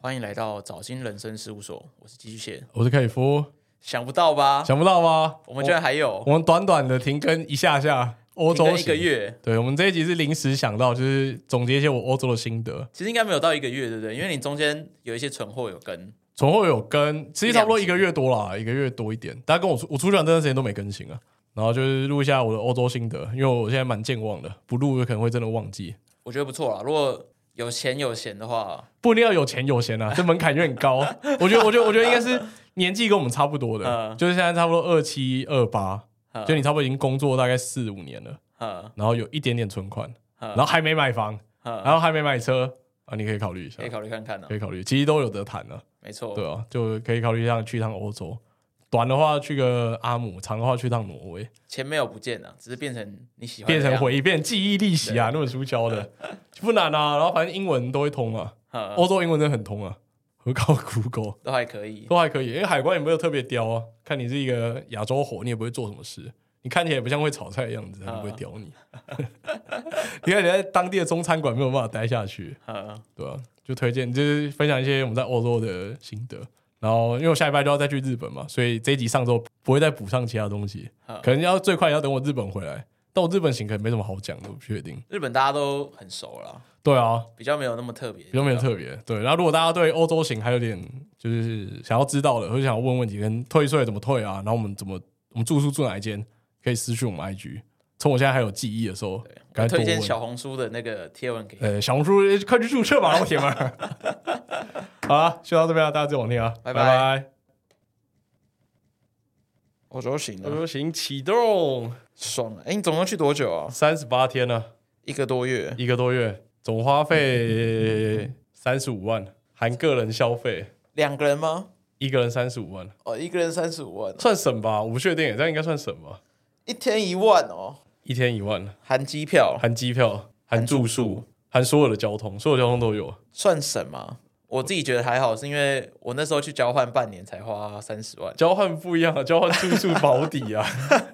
欢迎来到早金人生事务所，我是寄居蟹。我是凯夫，想不到吧？想不到吗？我们居然还有我们短短的停更一下下，欧停洲更一行个。月，对，我们这一集是临时想到，就是总结一些我欧洲的心得。其实应该没有到一个月，对不对？因为你中间有一些存货有跟，存货有跟，其实差不多一个月多啦，一个月多一点。大家跟我出我出去玩这段时间都没更新啊，然后就是录一下我的欧洲心得，因为我现在蛮健忘的，不录可能会真的忘记。我觉得不错啦。如果有钱有闲的话，不一定要有钱有闲啊，这门槛有点高。 我觉得，我觉得，我觉得应该是年纪跟我们差不多的，嗯就是现在差不多二七二八，嗯就你差不多已经工作大概四五年了，嗯然后有一点点存款，嗯然后还没买房，然嗯，后还没买车啊，你可以考虑一下可以，考虑哦看看呢、可以考虑，其实都有得谈的，没错，对啊，就可以考虑一下去一趟欧洲，短的话去个阿姆，长的话去趟挪威，钱没有不见啊，只是变成你喜欢变的成样子，回忆，变成记忆逆袭啊，那本书教的不难啊，然后反正英文都会通嘛，嗯，欧洲英文真的很通啊，何靠 Google。都还可以。都还可以，因为海关也没有特别刁啊。看你是一个亚洲火，你也不会做什么事，你看起来也不像会炒菜的样子，他就不会刁你。 你看你在当地的中餐馆没有办法待下去，嗯，对吧、就推荐就是分享一些我们在欧洲的心得。然后因为我下礼拜就要再去日本嘛，所以这一集上周不会再补上其他东西嗯，可能要最快要等我日本回来。但我日本行可能没什么好讲的，我不确定。日本大家都很熟了，对啊，比较没有那么特别，比较没有特别。对，然后如果大家对欧洲行还有点就是想要知道的，或者想要问问题，跟退税怎么退啊，然后我们怎么我们住宿住哪一间，可以私讯我们 IG。从我现在还有记忆的时候，我赶快推多荐问小红书的那个贴文给你，呃小红书，呃快去注册吧，老铁们。 好啊，就到这边啊，大家自己往听啊，拜拜拜拜。我觉得行啊欧，洲行启动，爽了。哎，你总共去多久啊？三十八天呢、一个多月。一个多月，总花费三十五万，含个人消费，两个人吗？一个人三十五万，哦，一个人三十五万，算省吧？我不确定，这样应该算省吧？一天一万哦，一天一万，含机票含机票、含住宿、含所有的交通，所有交通都有。算省吗？我自己觉得还好，是因为我那时候去交换半年才花三十万，交换不一样啊，交换住宿保底啊，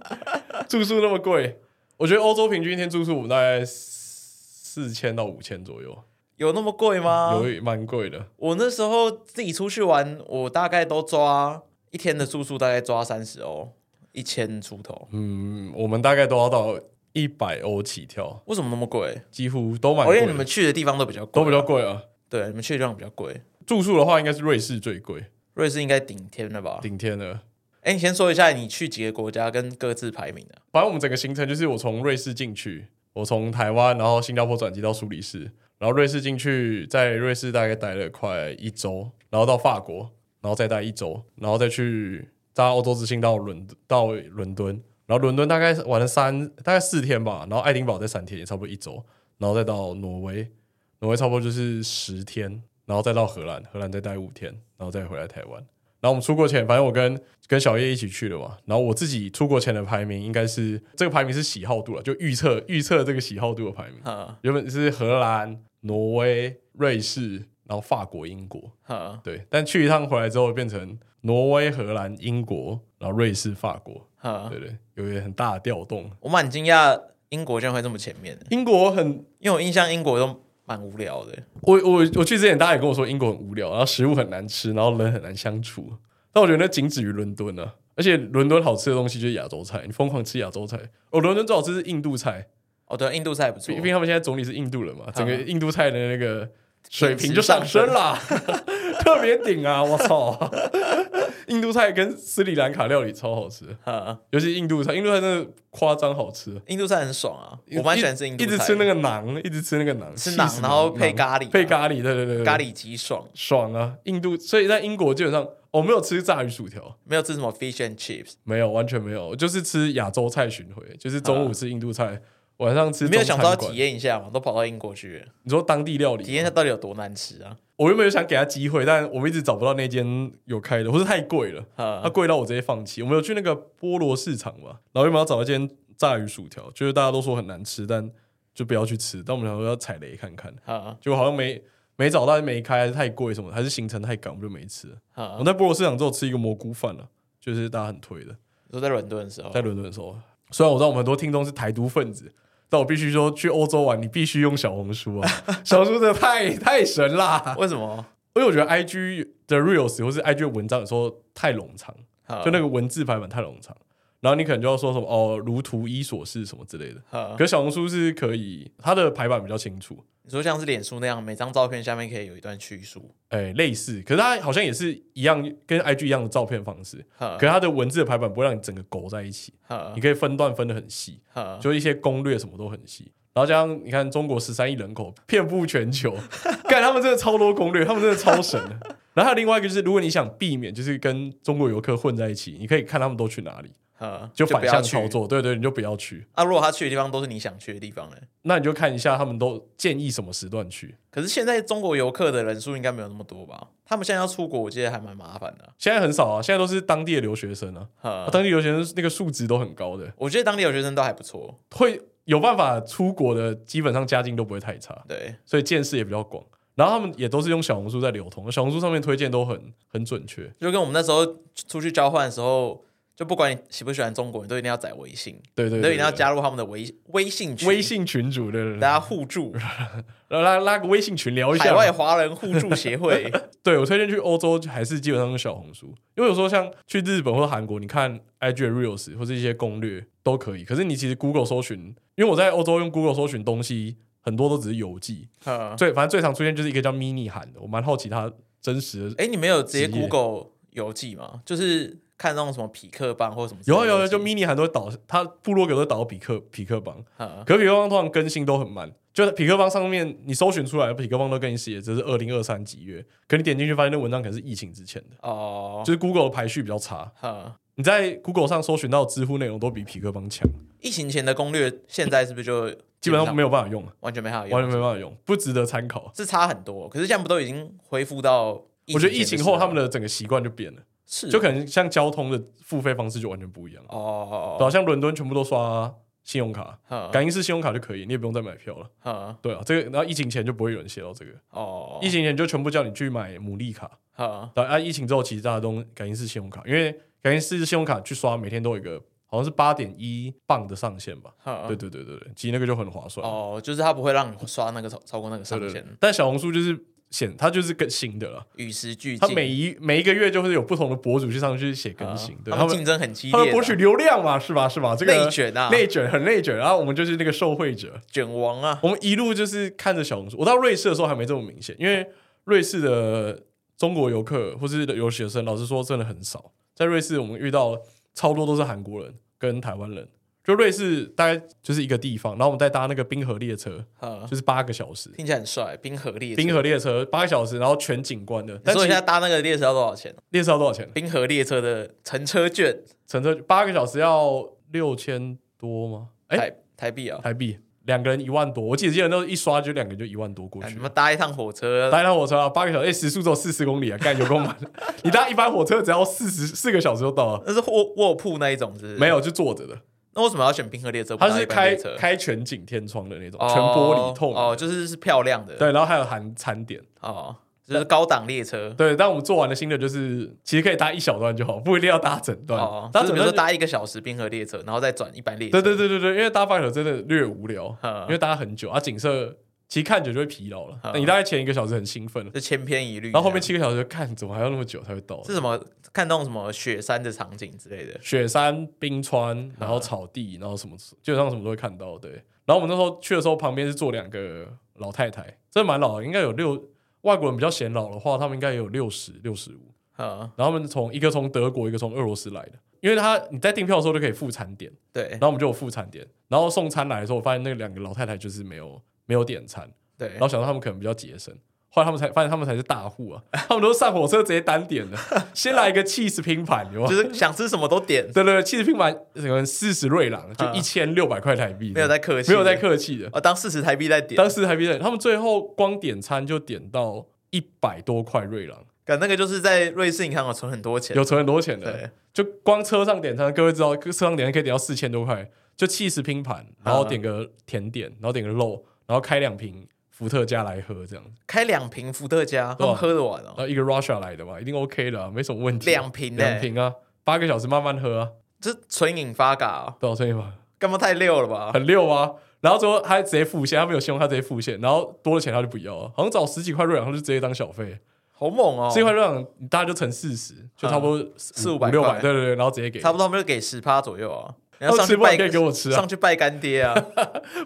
住宿那么贵，我觉得欧洲平均一天住宿我们大概四千到五千左右，有那么贵吗？有蛮贵的。我那时候自己出去玩，我大概都抓一天的住宿，大概抓三十欧，一千出头。嗯，我们大概都要到一百欧起跳，为什么那么贵？几乎都蛮哦，因贵的，为你们去的地方都比较贵，都比较贵啊。对，你们去的地方比较贵。住宿的话，应该是瑞士最贵，瑞士应该顶天了吧？顶天的。哎，你先说一下你去几个国家跟各自排名的、啊反正我们整个行程就是我从瑞士进去，我从台湾，然后新加坡转机到苏黎世，然后瑞士进去，在瑞士大概待了快一周，然后到法国，然后再待一周，然后再去搭欧洲之星到伦到伦敦，然后伦敦大概玩了三大概四天吧，然后爱丁堡再三天，也差不多一周，然后再到挪威，挪威差不多就是十天，然后再到荷兰，荷兰再待五天，然后再回来台湾。然后我们出国前，反正我跟跟小叶一起去的嘛。然后我自己出国前的排名应该是这个排名是喜好度了，就预测预测这个喜好度的排名。啊？原本是荷兰、挪威、瑞士，然后法国、英国，哈哈对。但去一趟回来之后，变成挪威、荷兰、英国，然后瑞士、法国，哈！对对，有一个很大的调动。我蛮惊讶英国居然会这么前面的，英国很，因为我印象英国都蛮无聊的。我我我去之前，大家也跟我说英国很无聊，然后食物很难吃，然后人很难相处。但我觉得那仅止于伦敦啊，而且伦敦好吃的东西就是亚洲菜，你疯狂吃亚洲菜。哦，伦敦最好吃是印度菜，哦，对，印度菜也不错毕，竟他们现在总理是印度人嘛，整个嗯印度菜的那个水品质平就上升啦， 特别顶啊！我操， 印度菜跟斯里兰卡料理超好吃，哈，尤其印度菜，印度菜真的夸张好吃。印度菜很爽啊，我蛮喜欢吃印度一菜的，直吃那个馕，一直吃那个馕，吃气馕，死然后馕配咖喱，啊配咖喱，对对对对，咖喱鸡爽，爽啊！印度，所以在英国基本上我没有吃炸鱼薯条，没有吃什么 fish and chips，没有，完全没有，我就是吃亚洲菜巡回，就是中午吃印度菜，晚上吃啊你没有中想餐说要馆体验一下嘛？都跑到英国去了，你说当地料理吗，体验一下到底有多难吃啊？我原本有想给他机会，但我们一直找不到那间有开的，或是太贵了，它哈，贵到我直接放弃。我们有去那个菠萝市场嘛，然后原本要找一间炸鱼薯条，就是大家都说很难吃，但就不要去吃。但我们想说要踩雷看看，哈，结果好像没没找到，没开，还是太贵什么的，还是行程太赶，我们就没吃。我哈们，在菠萝市场之后吃一个蘑菇饭了、就是大家很推的，你说在伦敦的时候在，伦敦的时候。虽然我知道我们很多听众是台独分子，但我必须说，去欧洲玩你必须用小红书啊，小红书真的太太神啦！为什么？因为我觉得 I G 的 reels 或是 I G 文章有时候太冗长，好就那个文字排版太冗长，然后你可能就要说什么哦，如图一所示什么之类的。好可是小红书是可以，它的排版比较清楚，你说像是脸书那样，每张照片下面可以有一段叙述，哎、类似，可是它好像也是一样，跟 IG 一样的照片方式，呵可是它的文字的排版不会让你整个勾在一起，呵你可以分段分的很细，呵，就一些攻略什么都很细。然后加上你看，中国十三亿人口遍布全球， 干他们真的超多攻略，他们真的超神的。然后还有另外一个就是，如果你想避免就是跟中国游客混在一起，你可以看他们都去哪里，呵就不反要向去操作。对对，你就不要去，啊。如果他去的地方都是你想去的地方呢？那你就看一下他们都建议什么时段去。可是现在中国游客的人数应该没有那么多吧？他们现在要出国，我记得还蛮麻烦的。现在很少啊，现在都是当地的留学生啊，呵，当地留学生那个数值都很高的，我觉得当地留学生都还不错，会有办法出国的，基本上家境都不会太差。对，所以见识也比较广。然后他们也都是用小红书在流通，小红书上面推荐都很很准确。就跟我们那时候出去交换的时候，就不管你喜不喜欢中国，你都一定要载微信，对对你对都一定要加入他们的微微信群，微信群主，对对对，大然家互 助，后拉拉个微信群聊一海外下。华人互助协 会，对我推荐去欧洲还是基本上用小红书，因为有时候像去日本或韩国，你看 IG 的 Reels 或是一些攻略都可以。可是你其实 Google 搜寻，因为我在欧洲用 Google 搜寻东西很多都只是邮寄，呵，最反正最常出现就是一个叫 Mini 韩的，我蛮好奇它真实的。哎，你们有直接职业 Google 邮寄吗？就是看那种什么匹克帮或什么之类有的啊邮寄，有啊，就 Mini 韩都会导，它部落格都会导匹克匹克邦。呵可匹克邦通常更新都很慢，就是匹克邦上面你搜寻出来的匹克邦都更新，这是二零二三几月，可你点进去发现那文章可能是疫情之前的，哦就，是 Google 的排序比较差。呵，你在 Google 上搜寻到的知乎内容都比匹克邦强，疫情前的攻略现在是不是就基本上没有办法用，完全没好用？完全没办法用，不值得参考。是差很多。可是现在不都已经恢复到？我觉得疫情后他们的啊的整个习惯就变了，是就可能像交通的付费方式就完全不一样了。哦，对啊，像伦敦全部都刷信用卡，呵感应式信用卡就可以，你也不用再买票了。呵对啊，这个然后疫情前就不会有人写到这个，哦，疫情前就全部叫你去买牡蛎卡，呵对啊，疫情之后其实大家都感应式信用卡，因为感应式信用卡去刷每天都有一个好像是八点一磅的上限吧。呵对对对对对，其实那个就很划算。啊哦，就是它不会让你刷那个超超过那个对上对对限，，但小红书就是显它就是更新的了，与时俱它进。每一每一个月就会有不同的博主去上去写更啊新，对他他们们竞争很激他们烈博取的，流量嘛，是吧是吧？这个内卷啊，内卷很内卷，然后我们就是那个受惠者。卷王啊， 我们一路就是看着小红书。我到瑞士的时候还没这么明显，因为瑞士的中国游客或是留学生，老实说真的很少。在瑞士，我们遇到超多都是韩国人跟台湾人。就瑞士大概就是一个地方，然后我们再搭那个冰河列车，呵，就是八 个小时。听起来很帅，冰河列车冰。河列车八个小时，然后全景观的。你但说其一下实搭那个列车要多少钱？列车要多少钱？冰河列车的乘车券，乘车八个小时要六千多吗？哎、台台币啊，台币两个人一万多。我记得记得那时候一刷就两个人就一万多过啊去你。们搭一趟火车，搭一趟火车啊，八个小时，哎、时速只有四十公里啊，干有够 慢。你搭一般火车只要四十四个小时就到了，那是卧卧铺那一种是不是？没有就坐着的，那为什么要选冰河列车？嗯它不搭是一般开列车开全景天窗的那种，哦全玻璃透明的哦，就是是漂亮的，对，然后还有含餐点，哦，就是高档列车对。但我们做完的新的就是，其实可以搭一小段就好，不一定要搭整段。哦，搭就整是比段如说就搭一个小时冰河列车，然后再转一般列车，对对对对对，因为搭半小时真的略无聊，嗯因为搭很久啊，景色其实看久就会疲劳了。嗯啊那你大概前一个小时很兴奋，就千篇一律。然后后面这七个小时就看怎么还要那么久才会到样，是什么看那种什么雪山的场景之类的，雪山、冰川，然后草地，然后什么，基本上什么都会看到。对，然后我们那时候去的时候，旁边是坐两个老太太，真的蛮老的，应该有六外国人比较显老的话，他们应该也有六十六十五。嗯，然后他们从一个从德国，一个从俄罗斯来的，因为他你在订票的时候就可以付餐点，对然后我们就有付餐点，然后送餐来的时候，我发现那两个老太太就是没有没有点餐，对然，后想到他们可能比较节省。后来他们才发现，他们才是大户啊！他们都是上火车直接单点的，先来一个 cheese 拼盘，有吗？就是想吃什么都点，对对，对七十平板可能四十瑞郎就啊一千六百块台币，没有在客气，嗯没有在，客气的。哦，当四十台币在点，当时台币的，他们最后光点餐就点到一百多块瑞郎，感那个就是在瑞士银行有存很多钱有，存很多钱的对。，就光车上点餐，各位知道，车上点餐可以点到四千多块，就七十拼盘，然后啊点个甜点，然后点个肉，然后开两瓶伏特加来喝，这样，开两瓶伏特加，对啊都喝得完哦然，后一个 Russia 来的嘛，一定 OK 的啊，没什么问题。两瓶两呢，瓶啊，八个小时慢慢喝啊，这纯饮发嘎哦，多少钱一碗？干嘛太溜了吧？很溜啊。然后之后他直接付现，他没有信用，他直接付现，然后多的钱他就不要了，好像找十几块瑞郎，他就直接当小费，好猛哦！嗯是因为热量大家就乘四十，就差不多四五五百六块百，对对对，然后直接给，差不多他们就给十趴左右啊。然他后们上去吃不完拜可以给我吃啊上，去拜干爹 啊！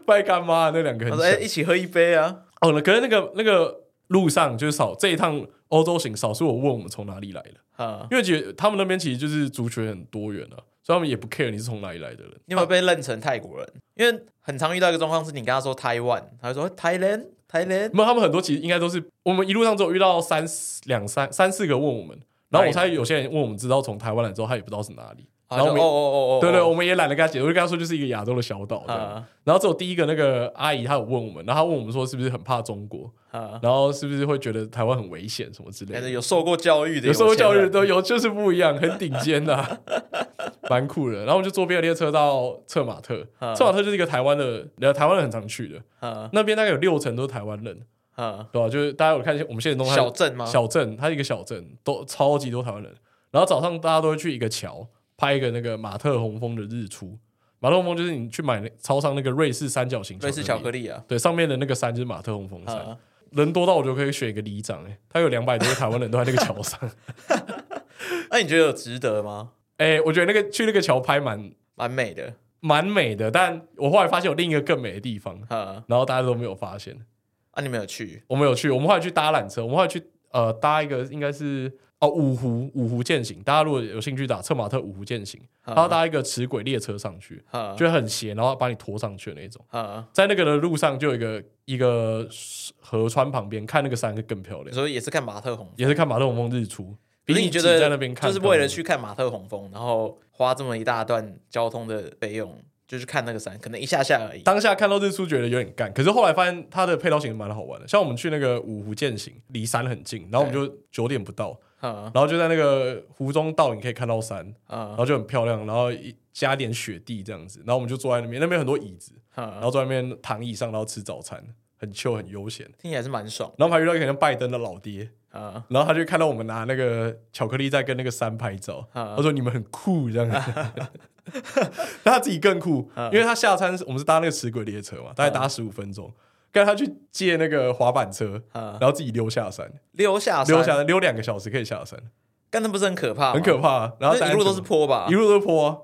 拜干妈那两个他很说：“哎、香一起喝一杯啊哦，那可是那个那个路上就是少这一趟欧洲行，少数我问我们从哪里来的，！”啊，因为觉得他们那边其实就是族群很多元啊，所以他们也不 care 你是从哪里来的人。你有没有被认成泰国人？因为很常遇到一个状况是，你跟他说台湾，他就说哎 Thailand Thailand，没有，他们很多其实应该都是我们一路上只有遇到三四两三三四个问我们，然后我猜有些人问我们知道从台湾来之后，他也不知道是哪里，啊然后就哦我们哦哦哦，对对，我哦们也懒得跟他解释，我就跟他说就是一个亚洲的小岛这样。啊然后只有第一个那个阿姨，她有问我们，然后她问我们说是不是很怕中国，啊，然后是不是会觉得台湾很危险什么之类感觉的。有受过教育的，有时候教育人都有，就是不一样，很顶尖 的、啊，蛮酷的。然后我们就坐便列车到策马特，啊策马特就是一个台湾的，呃台湾人很常去的，啊那边大概有六成都是台湾人，啊，对吧、就是大家有看一些我们现在动态小镇吗？小镇，它是一个小镇，都超级多台湾人。然后早上大家都会去一个桥拍一个那个马特洪峰的日出。马特洪峰就是你去买那超商那个瑞士三角形瑞士巧克力，力啊，对，上面的那个山就是马特洪峰山。啊人多到我就可以选一个里长、欸，他有两百多个台湾人都在那个桥 上。那你觉得有值得吗？哎、我觉得那个去那个桥拍蛮蛮美的，蛮美的，但我后来发现有另一个更美的地方，啊然后大家都没有发现。啊，你没有去我们有去，我们后来去搭缆车，我们后来去呃搭一个应该是哦五湖五湖践行，大家如果有兴趣打策马特五湖践行，啊然后搭一个齿轨列车上去，啊就很斜，然后把你拖上去的那种。啊，在那个的路上就有一个一个河川旁边看那个山会更漂你亮，说也是看马特洪，也是看马特洪峰日出。可是比你觉挤得在那边看，就是为了去看马特洪峰，然后花这么一大段交通的费用，就是看那个山，可能一下下而已。当下看到日出觉得有点干，可是后来发现它的配套型蛮好玩的。像我们去那个五湖践行，离山很近，然后我们就九点不到，啊然后就在那个湖中倒影可以看到山，然啊后就很漂亮，然后一加点雪地这样子，然后我们就坐在那边，那边很多椅子，然啊，后坐在那边躺椅上，然后吃早餐，很 chill 很悠闲。听起来是蛮爽然后还遇到一个像拜登的老爹，啊然后他就看到我们拿那个巧克力在跟那个山拍照，啊他说你们很酷这 样子。但他自己更酷，啊因为他下餐是我们是搭那个齿轨列车嘛，大概搭十五分钟，跟他去借那个滑板车，啊然，后自己溜下山，溜下山溜下，山溜两个小时可以下山，但那不是很可怕吗？很可怕啊。然后那一路都是坡吧一？路都坡啊，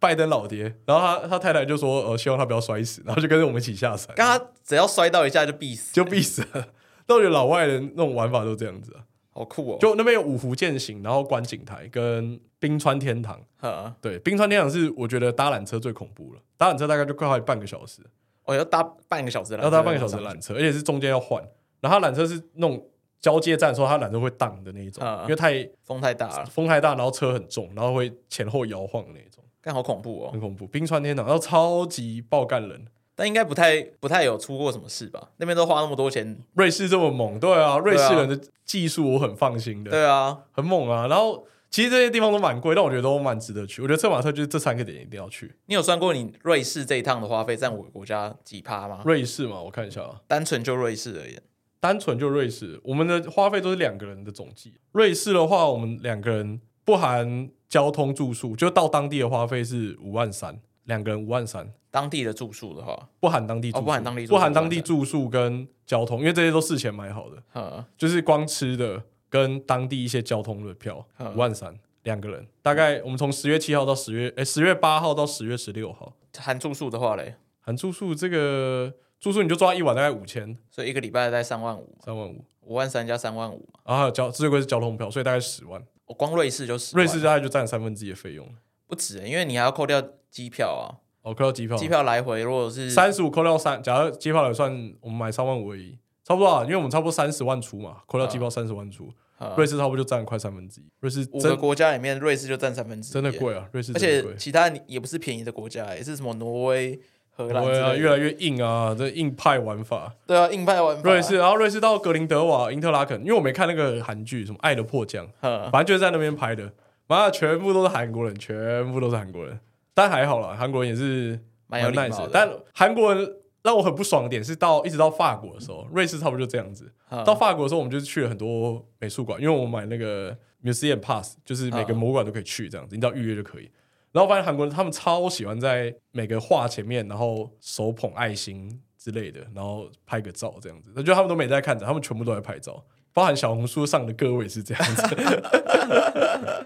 拜登老爹。然后他他太太就说，呃，希望他不要摔死，然后就跟着我们一起下山，刚他只要摔到一下就必死，就必死了。但我觉得老外人那种玩法都这样子啊，好酷哦！就那边有五湖践行，然后观景台跟冰川天堂。啊，对，冰川天堂是我觉得搭缆车最恐怖了，搭缆车大概就快半个小时，哦，要搭半个小时的缆车，要搭半个小时的缆车，而且是中间要换。然后它缆车是那种交接站的时候，它缆车会荡的那一种，啊因为太风太大了，风太大，然后车很重，然后会前后摇晃的那一种，但好恐怖哦。很恐怖。冰川天堂，然后超级爆干人，但应该不太不太有出过什么事吧？那边都花那么多钱，瑞士这么猛，对啊，瑞士人的技术我很放心的，对啊，很猛啊。然后其实这些地方都蛮贵，但我觉得都蛮值得去。我觉得策马特就是这三个点一定要去。你有算过你瑞士这一趟的花费占我国家几趴吗？瑞士嘛，我看一下啊，单纯就瑞士而言，单纯就瑞士，我们的花费都是两个人的总计。瑞士的话，我们两个人不含交通住宿，就到当地的花费是五万三，两个人五万三，当地的住宿的话，不含当地住宿，哦不含当地住宿不含当地住宿跟交通，因为这些都事前买好的，呵，就是光吃的跟当地一些交通的票，嗯五万三两个人，大概我们从十月七号到十月，哎、十月八号到十月十六号，嗯含住宿的话嘞，含住宿这个住宿你就抓一晚大概五千所以一个礼拜在三万五，三万五，五万三加三万五嘛，然后还有交最贵是交通票，所以大概十万，我光瑞士就十万瑞士大概就占三分之一的费用了。不止、欸因为你还要扣掉机票啊，哦，扣掉机票，机票来回如果是三十五扣掉三，假如机票来算，我们买三万五而已，差不多啊，因为我们差不多三十万出嘛，扣掉机票三十万出，呃瑞士差不多就占快三分之一，瑞士嗯五个真国家里面，瑞士就占三分之一，真的，贵啊，瑞士而真的贵且。其他你也不是便宜的国家、欸也是什么挪威、荷兰之对啊，类越的来越硬啊，这硬派玩法。对啊，硬派玩法，瑞士，，然后瑞士到格林德瓦、因特拉肯，因为我没看那个韩剧什么《爱的迫降》，呵，反正就是在那边拍的，妈的，全部都是韩国人，全部都是韩国人。但还好啦，韩国人也是蛮有礼 nice 貌的的，但韩国人让我很不爽的点是到一直到法国的时候，瑞士差不多就这样子。呵到法国的时候，我们就是去了很多美术馆，因为我买那个 museum pass，就是每个嗯博物馆都可以去，这样子，你只要预约就可以。然后发现韩国人他们超喜欢在每个画前面，然后手捧爱心之类的，然后拍个照这样子。我觉得他们都没在看着，他们全部都在拍照。包含小红书上的各位也是这样子，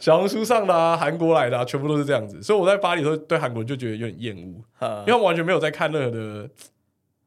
小红书上的啊，韩国来的啊，全部都是这样子。所以我在巴黎的时候对韩国人就觉得有点厌恶，因为呃我完全没有在看任何的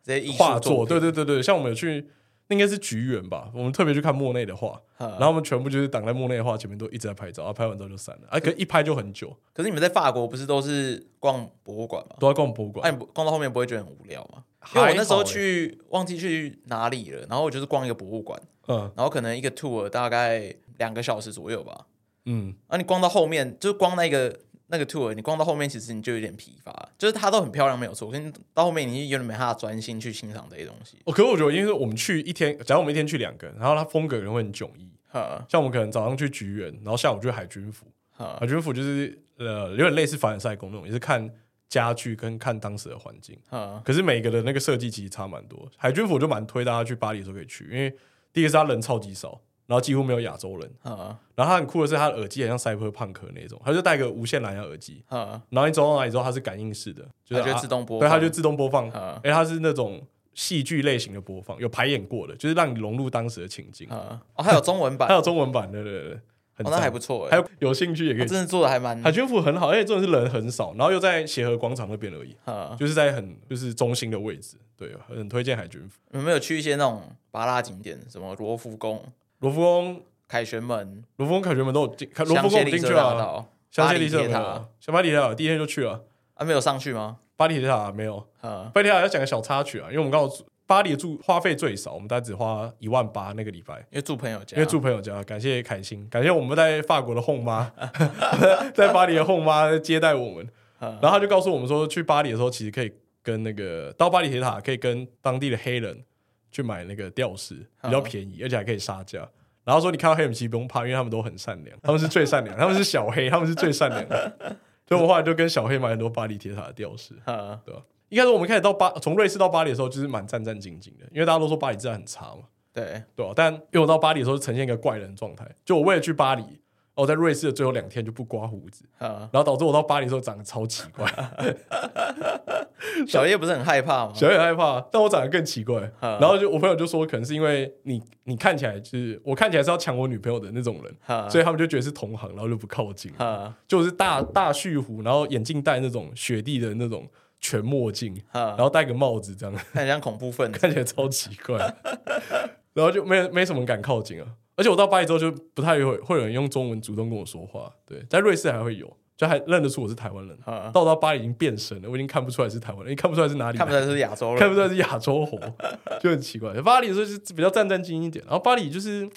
这些艺术画作。对品对对对，像我们有去，那应该是菊园吧，我们特别去看莫内的画，然呃后我们全部就是挡在莫内的画前面，都一直在拍照，啊，拍完照就散了，啊，可一拍就很久，可是你们在法国不是都是逛博物馆吗？都在逛博物那、馆。你不逛到后面不会觉得很无聊吗？因为我那时还好候欸，去忘记去哪里了，然后我就是逛一个博物馆，嗯然后可能一个 tour 大概两个小时左右吧。嗯，啊，你逛到后面，就是光那个那个 tour，你逛到后面，其实你就有点疲乏了。就是它都很漂亮，没有错，可是你到后面你就有点没办法专心去欣赏这些东西。哦，可是我觉得，因为我们去一天，假如我们一天去两个，然后它风格可能会很迥异，哈像我们可能早上去菊园，然后下午去海军府，哈，海军府就是呃有点类似凡尔赛宫那种，也是看家具跟看当时的环境。哈，可是每个的那个设计其实差蛮多。海军府我就蛮推大家去巴黎的时候可以去，因为第一个是它人超级少，然后几乎没有亚洲人，哈，然后它很酷的是它的耳机很像 cyberpunk 那种，它就带个无线蓝牙耳机，哈，然后你走到哪里之后它是感应式的，就是哦它就啊自动播对，它放啊就自动播放，哈，哎，它是那种戏剧类型的播放，有排演过的，就是让你融入当时的情境。哈，哦，还有中文版， 还哦，有中文版的，对对对，很那还赞不错还哎，有有兴趣也可它以去真的做的还蛮，海军府很好，而且真的是人很少，然后又在协和广场那边而已，哈，就是在很就是中心的位置。对，很推荐海军府。有没有去一些那种巴拉景点，什么罗浮宫、罗浮宫，凯旋门、罗浮宫、凯旋门都有进，凯罗浮香榭宫我丽进去舍大了，道、香巴榭黎丽舍铁没塔有，啊香巴黎铁塔第一天就去了，啊，没有上去吗？巴黎铁塔没有，哈，巴黎铁塔要讲个小插曲啊，因为我们刚好住巴黎住花费最少，我们大概只花一万八那个礼拜。因为住朋友家，因为住朋友家，感谢凯欣，感谢我们在法国的后妈， 在巴黎的后妈接待我们，嗯然后他就告诉我们说，去巴黎的时候其实可以跟那个到巴黎铁塔可以跟当地的黑人去买那个吊饰，比较便宜，而且还可以杀价。然后说你看到黑人其实不用怕，因为他们都很善良，他们是最善良，他们是小黑，他们是最善良的。 所以我们后来就跟小黑买很多巴黎铁塔的吊饰。哈，一开始我们开始到巴从瑞士到巴黎的时候，就是蛮战战兢兢的，因为大家都说巴黎治安很差嘛。对，对、啊，但因为我到巴黎的时候是呈现一个怪人状态，就我为了去巴黎，然后我在瑞士的最后两天就不刮胡子，哈，然后导致我到巴黎的时候长得超奇怪，小叶不是很害怕吗？小有点害怕，但我长得更奇怪。嗯然后就我朋友就说，可能是因为你你看起来就是我看起来是要抢我女朋友的那种人，哈，所以他们就觉得是同行，然后就不靠近。啊哈，就是大大蓄胡，然后眼镜戴那种雪地的那种全墨镜，然哈，后戴个帽子这样。很像恐怖分子，看起来超奇怪， 然后就没没什么人敢靠近啊。而且我到巴黎之后就不太会会有人用中文主动跟我说话，对，在瑞士还会有，就还认得出我是台湾人。哈。到我到巴黎已经变身了，我已经看不出来是台湾人，也看不出来是哪里看不来，出来是亚洲人，看不出来是亚洲猴，就很奇怪。巴黎的时候就是比较战战兢兢一点，然后巴黎就是因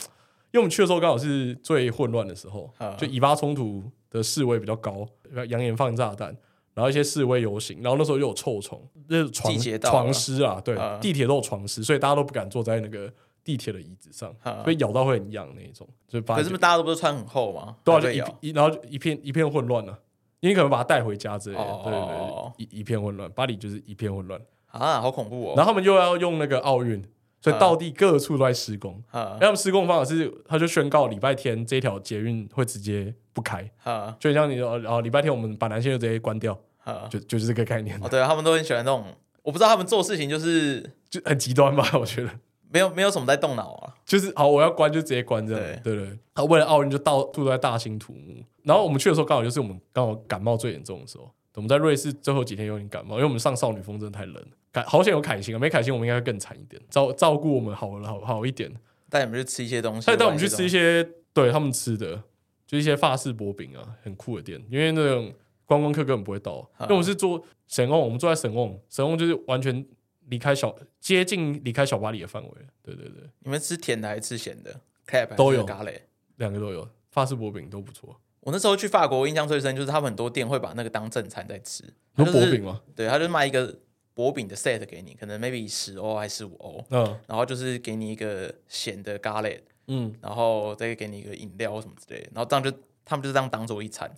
为我们去的时候刚好是最混乱的时候嗯，就以巴冲突的示威比较高，扬言放炸弹。然后一些示威游行，然后那时候又有臭虫，就是床季节到了床虱啊，对，嗯地铁都有床虱，所以大家都不敢坐在那个地铁的椅子上，嗯所以咬到会很痒那一种。就是巴可黎是不是大家都不是穿很厚吗？对啊，还就被一咬一然后就一片一片混乱了、啊因为可能把它带回家之类的，哦对对对，一一片混乱，巴黎就是一片混乱。啊，好恐怖哦！然后他们又要用那个奥运，所以嗯到地各处都在施工。哈然后他们施工方法是，他就宣告礼拜天这条捷运会直接不开，哈就很像你哦，哦礼拜天我们把南线就直接关掉，哈！就就是这个概念，嗯哦，对啊，他们都很喜欢那种，我不知道他们做事情就是就很极端吧？我觉得没有没有什么在动脑啊。就是好，我要关就直接关这样，对对对。他为了奥运就到处都在大兴土木。然后我们去的时候刚好就是我们刚好感冒最严重的时候，我们在瑞士最后几天有点感冒，因为我们上少女峰真的太冷了。凯好险有凯欣啊，没凯欣我们应该会更惨一点，照照顾我们好好好一点。带你们去吃一些东西，他带我们去吃一些些对他们吃的，就一些法式薄饼啊，很酷的店。因为那种观光客根本不会到，啊因为我们是坐沈瓮，我们坐在沈瓮，沈瓮就是完全离开小接近离开小巴黎的范围。对对对，你们吃甜的还是吃咸的？cap 都有咖喱。两个都有，法式薄饼都不错。我那时候去法国，我印象最深就是他们很多店会把那个当正餐在吃，有它薄就是饼吗？对，他就卖一个薄饼的 set 给你，可能 maybe 十欧还是十五欧，嗯然后就是给你一个咸的咖喱，嗯，然后再给你一个饮料或什么之类的，然后这样就他们就这样当做一餐。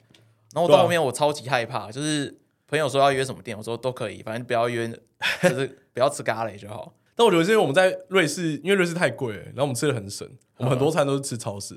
然后我对啊到后面我超级害怕，就是朋友说要约什么店，我说都可以，反正不要约，就是不要吃咖喱就好。但我觉得是因为我们在瑞士，因为瑞士太贵了，然后我们吃的很省，我们很多餐都是吃超市。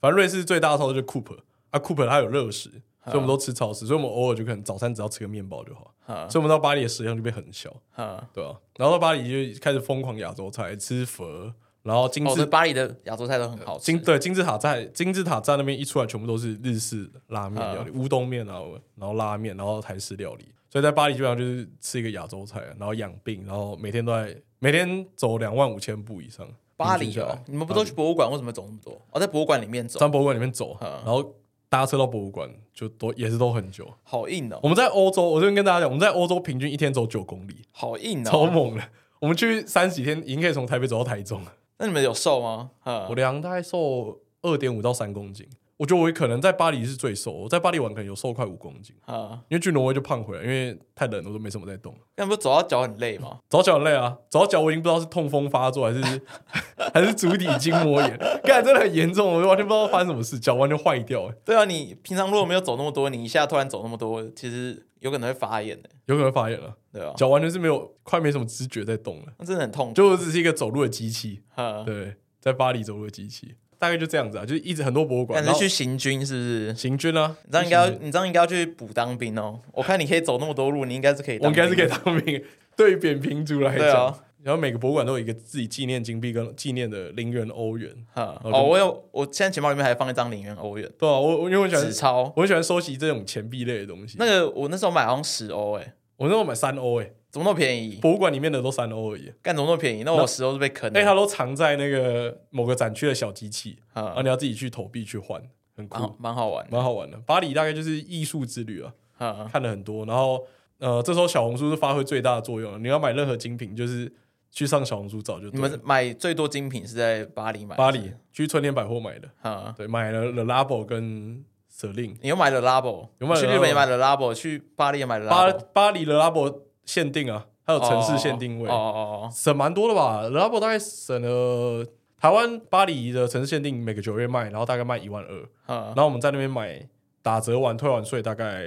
反正瑞士最大的超市就是 Coop 啊，Coop 它有热食，所以我们都吃超市，所以我们偶尔就可能早餐只要吃个面包就好。哈所以我们到巴黎的食量就变很小，哈对啊，然后到巴黎就开始疯狂亚洲菜，吃佛然后金哦，对，字、巴黎的亚洲菜都很好吃金。对金字塔在金字塔站那边一出来，全部都是日式拉面料理，乌冬面啊，然后拉面，然后台式料理。所以在巴黎基本上就是吃一个亚洲菜，然后养病，然后每天都在每天走两万五千步以上。巴平黎均下哦来，你们不都去博物馆？为什么走那么多？哦，在博物馆里面走，啊从博物馆里面走，嗯然后搭车到博物馆，就都也是都很久。好硬哦，我们在欧洲，我这边跟大家讲，我们在欧洲平均一天走九公里，好硬超哦。猛的。我们去三十几天，已经可以从台北走到台中。那你们有瘦吗？我嗯，量大概瘦二点五到三公斤，我觉得我可能在巴黎是最瘦，我在巴黎玩可能有瘦快五公斤，嗯，因为去挪威就胖回来，因为太冷了，我都没什么在动。那你不是走到脚很累吗？早脚很累啊，早脚我已经不知道是痛风发作还是 还是足底筋膜炎，干真的很严重，我完全不知道发生什么事，脚完全坏掉、欸，对啊，你平常如果没有走那么多，你一下突然走那么多，其实有可能会发炎的，有可能发炎了，对啊，脚完全是没有快没什么知觉在动了，那真的很痛苦。就我只是一个走路的机器，嗯，对，在巴黎走路的机器，大概就这样子啊，就是一直很多博物馆，感然觉后去行军是不是？行军啊，你这样应该要，去行军你这样应该要去补当兵哦。我看你可以走那么多路，你应该是可以我当应兵该的，是可以当兵。对于扁平足来对讲，啊然后每个博物馆都有一个自己纪念金币跟纪念的零元欧元。嗯我就哦，我有，我现在钱包里面还放一张零元欧元对啊，我我因为我喜欢纸钞，我很喜欢收集这种钱币类的东西。那个我那时候买好像十欧哎，我那时候买三欧诶，怎么那么便宜？博物馆里面的都三欧而已，干怎么那么便宜？那我十欧是被坑哎、的。它都藏在那个某个展区的小机器，然后嗯，你要自己去投币去换，很酷，蛮蛮好玩的。蛮好玩的。巴黎大概就是艺术之旅啊，嗯，看了很多，然后呃，这时候小红书是发挥最大的作用了。你要买任何精品，就是去上小红书找就你对了。们买最多精品是在巴黎买？巴黎去春天百货买的。嗯，对，买了 The Labo 跟 Celine。你又买了 Labo，有买了去日本也 Labo 买了 Labo，去巴黎也买了巴 Labo，巴黎 The Labo 限定啊，还有城市限定位，哦哦省蛮多的吧？The Labo 大概省了台湾巴黎的城市限定每个九月卖，然后大概卖一万二，哦然后我们在那边买打折完退完税大概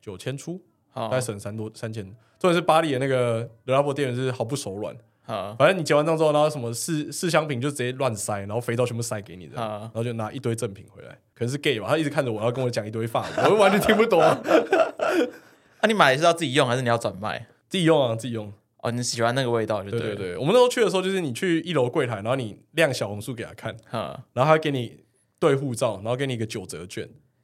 九千出，哦，大概省三多三千。重点是巴黎的那个 The Labo 店员是毫不手软，嗯反正你结完账之后，然后什么试试香品就直接乱塞，然后肥皂全部塞给你的。嗯然后就拿一堆赠品回来，可能是 gay 吧，他一直看着我，要跟我讲一堆法文，我完全听不懂、啊。那你买的是要自己用还是你要转卖？自己用啊，自己用。哦，你喜欢那个味道就对对对了。对，我们那时候去的时候，就是你去一楼柜台，然后你亮小红书给他看，嗯，然后他给你对护照，然后给你一个九折券，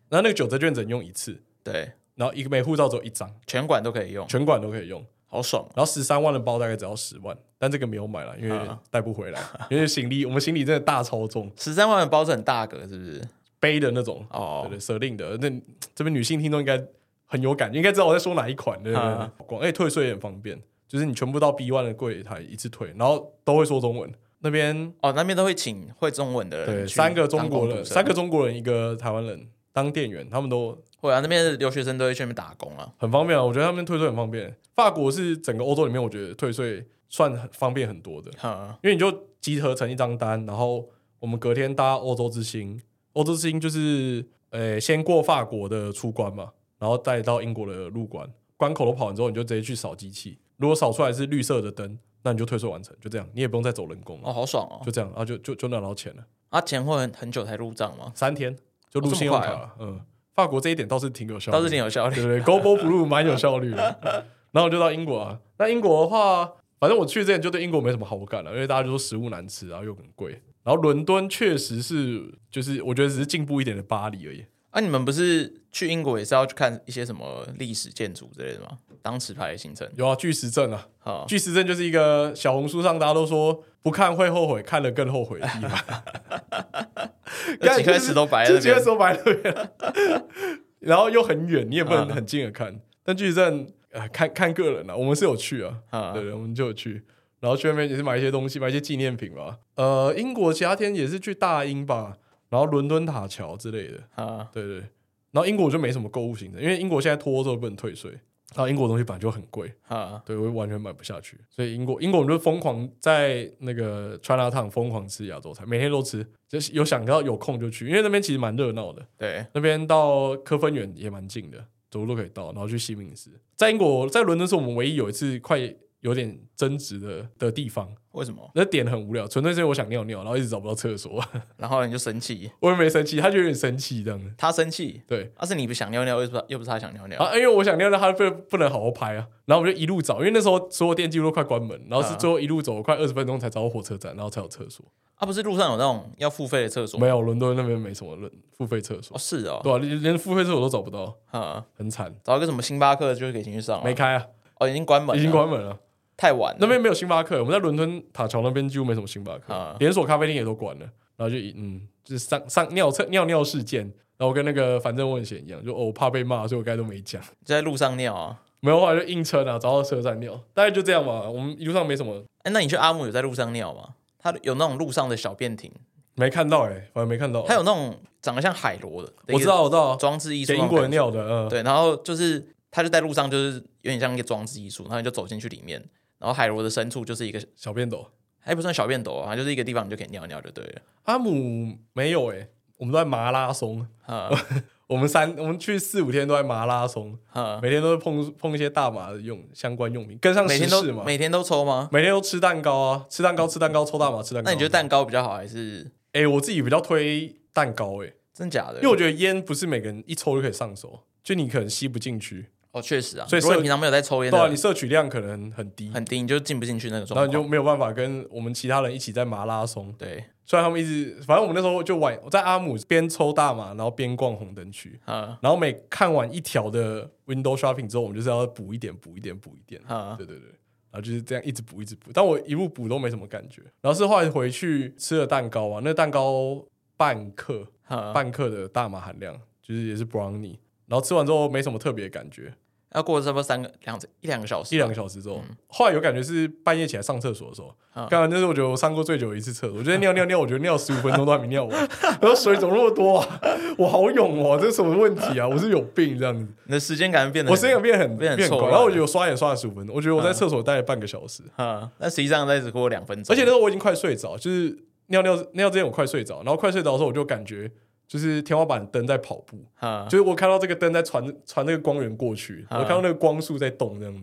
然后那个九折券只能用一次，对，然后一个每护照只有一张，全馆都可以用，全馆都可以用。好爽。然后十三万的包大概只要十万，但这个没有买了，因为啊带不回来， 因为行李我们行李真的大超重，十三万的包是很大个，是不是？背的那种，对哦，对，舍令的。那这边女性听众应该很有感，应该知道我在说哪一款，对不对？啊广哎、退税也很方便，就是你全部到 B one 的柜台一次退，然后都会说中文。那边哦，那边都会请会中文的对人，三个中国人，人，三个中国人，一个台湾人当店员，他们都会啊，那边的留学生都会去那边打工啊。很方便啊。我觉得他们退税很方便。法国是整个欧洲里面，我觉得退税算很方便很多的，嗯，因为你就集合成一张单，然后我们隔天搭欧洲之星，欧洲之星就是呃先过法国的出关嘛，然后再到英国的入关，关口都跑完之后，你就直接去扫机器，如果扫出来是绿色的灯，那你就退税完成，就这样，你也不用再走人工了，哦，好爽哦。就这样，然后就就就拿到钱了。啊，钱会很很久才入账吗？三天就入信用卡哦这么了。嗯，法国这一点倒是挺有效率，倒是挺有效率对。 对对 g o b o Blue 蛮有效率的。然后我就到英国啊，那英国的话，反正我去之前就对英国没什么好感了，因为大家就说食物难吃，然后又很贵。然后伦敦确实是，就是我觉得只是进步一点的巴黎而已。啊，你们不是去英国也是要去看一些什么历史建筑之类的吗？当持牌的行程有啊，巨石阵啊，啊，巨石阵就是一个小红书上大家都说不看会后悔，看了更后悔的地方。那几颗石头摆在就那直接边，说白了， 然后又很远，你也不能嗯很近的看。但巨石阵，呃，看看个人啊，我们是有去啊，嗯对对，我们就有去。然后去那边也是买一些东西，买一些纪念品吧。呃，英国其他天也是去大英吧，然后伦敦塔桥之类的，啊，对对。然后英国就没什么购物行程，因为英国现在脱欧之后不能退税，然后英国的东西本来就很贵，啊，对我完全买不下去。所以英国英国我们就疯狂在那个 China Town 疯狂吃亚洲菜，每天都吃，就是有想到有空就去，因为那边其实蛮热闹的。对，那边到科芬园也蛮近的，走路都可以到，然后去西敏寺。在英国，在伦敦是我们唯一有一次快有点争执的的地方，为什么？那点很无聊，纯粹是因为我想尿尿，然后一直找不到厕所， 然后你就生气，我也没生气，他就有点生气这样子。他生气，啊对，但是你不想尿尿，又不是又不是他想尿尿，啊，因为我想尿尿，他不不能好好拍啊，然后我们就一路找，因为那时候所有店几乎都快关门，然后是啊最后一路走快二十分钟才找到火车站，然后才有厕所。啊，不是路上有那种要付费的厕所吗？没有，伦敦那边没什么人付费厕所哦，，是哦，对啊，连连付费厕所都找不到，啊，很惨，找一个什么星巴克就是可以进去上了，没开啊，哦，已经关门了，已经关门了。太晚了，那边没有星巴克，我们在伦敦塔桥那边几乎没什么星巴克，啊连锁咖啡厅也都关了。然后就一嗯，就是上上尿厕尿尿事件，然后我跟那个反正问险一样，就哦我怕被骂，所以我刚才都没讲。就在路上尿啊。没有，后来就硬撑啊，找到车站尿，大概就这样吧。我们一路上没什么，哎，那你去阿姆有在路上尿吗？它有那种路上的小便亭，没看到哎、反正没看到。它有那种长得像海螺的，我知道，我知道，装置艺术给那种感英觉，国人尿的，嗯，对，然后就是它就在路上，就是有点像一个装置艺术，然后你就走进去里面，然后海螺的深处就是一个小便斗。还不算小便斗啊，它就是一个地方你就可以尿尿就对 了。阿姆没有哎、我们都在马拉松，啊我们三我们去四五天都在马拉松，啊，每天都会碰碰一些大麻的用相关用品，跟上每时天都事嘛。每天都抽吗？每天都吃蛋糕啊，吃蛋糕，吃蛋糕，抽大麻，吃蛋糕。那你觉得？蛋糕比较好还是哎、我自己比较推蛋糕、欸，真假的？因为我觉得烟不是每个人一抽就可以上手，就你可能吸不进去，哦，确实啊，所以如果社你平常没有在抽烟对啊，的你，摄取量可能很低，很啊低，你就进不进去那个然后状你就况。没有办法跟我们其他人一起在马拉松。对，虽然他们一直，反正我们那时候就晚，我在阿姆边抽大麻，然后边逛红灯区，啊然后每看完一条的 window shopping 之后，我们就是要补一点，补一点，补一点。啊，对对对，然后就是这样一直补一直补，但我一路补都没什么感觉。然后是后来回去吃了蛋糕啊，那蛋糕半克啊半克的大麻含量，就是也是 brownie。然后吃完之后没什么特别的感觉，要过差不多三个两一两个小时吧，一两个小时之后，后来有感觉是半夜起来上厕所的时候，嗯刚刚那是我觉得我上过最久的一次厕所，我觉得尿尿尿，我觉得尿十五分钟都还没尿完， 然后水怎么那么多啊？ 我好勇哦，这是什么问题啊？我是有病这 样子，你的时间感变得我时间感变很变很啊变错快，乱然后我觉得我刷也刷了十五分钟，我觉得我嗯在厕所待了半个小时，啊，那实际上在只过两分钟，而且那时候我已经快睡着，就是尿尿尿之前我快睡着，然后快睡着的时候我就感觉就是天花板灯在跑步，啊就是我看到这个灯在传传那个光源过去，啊我看到那个光束在动这样子，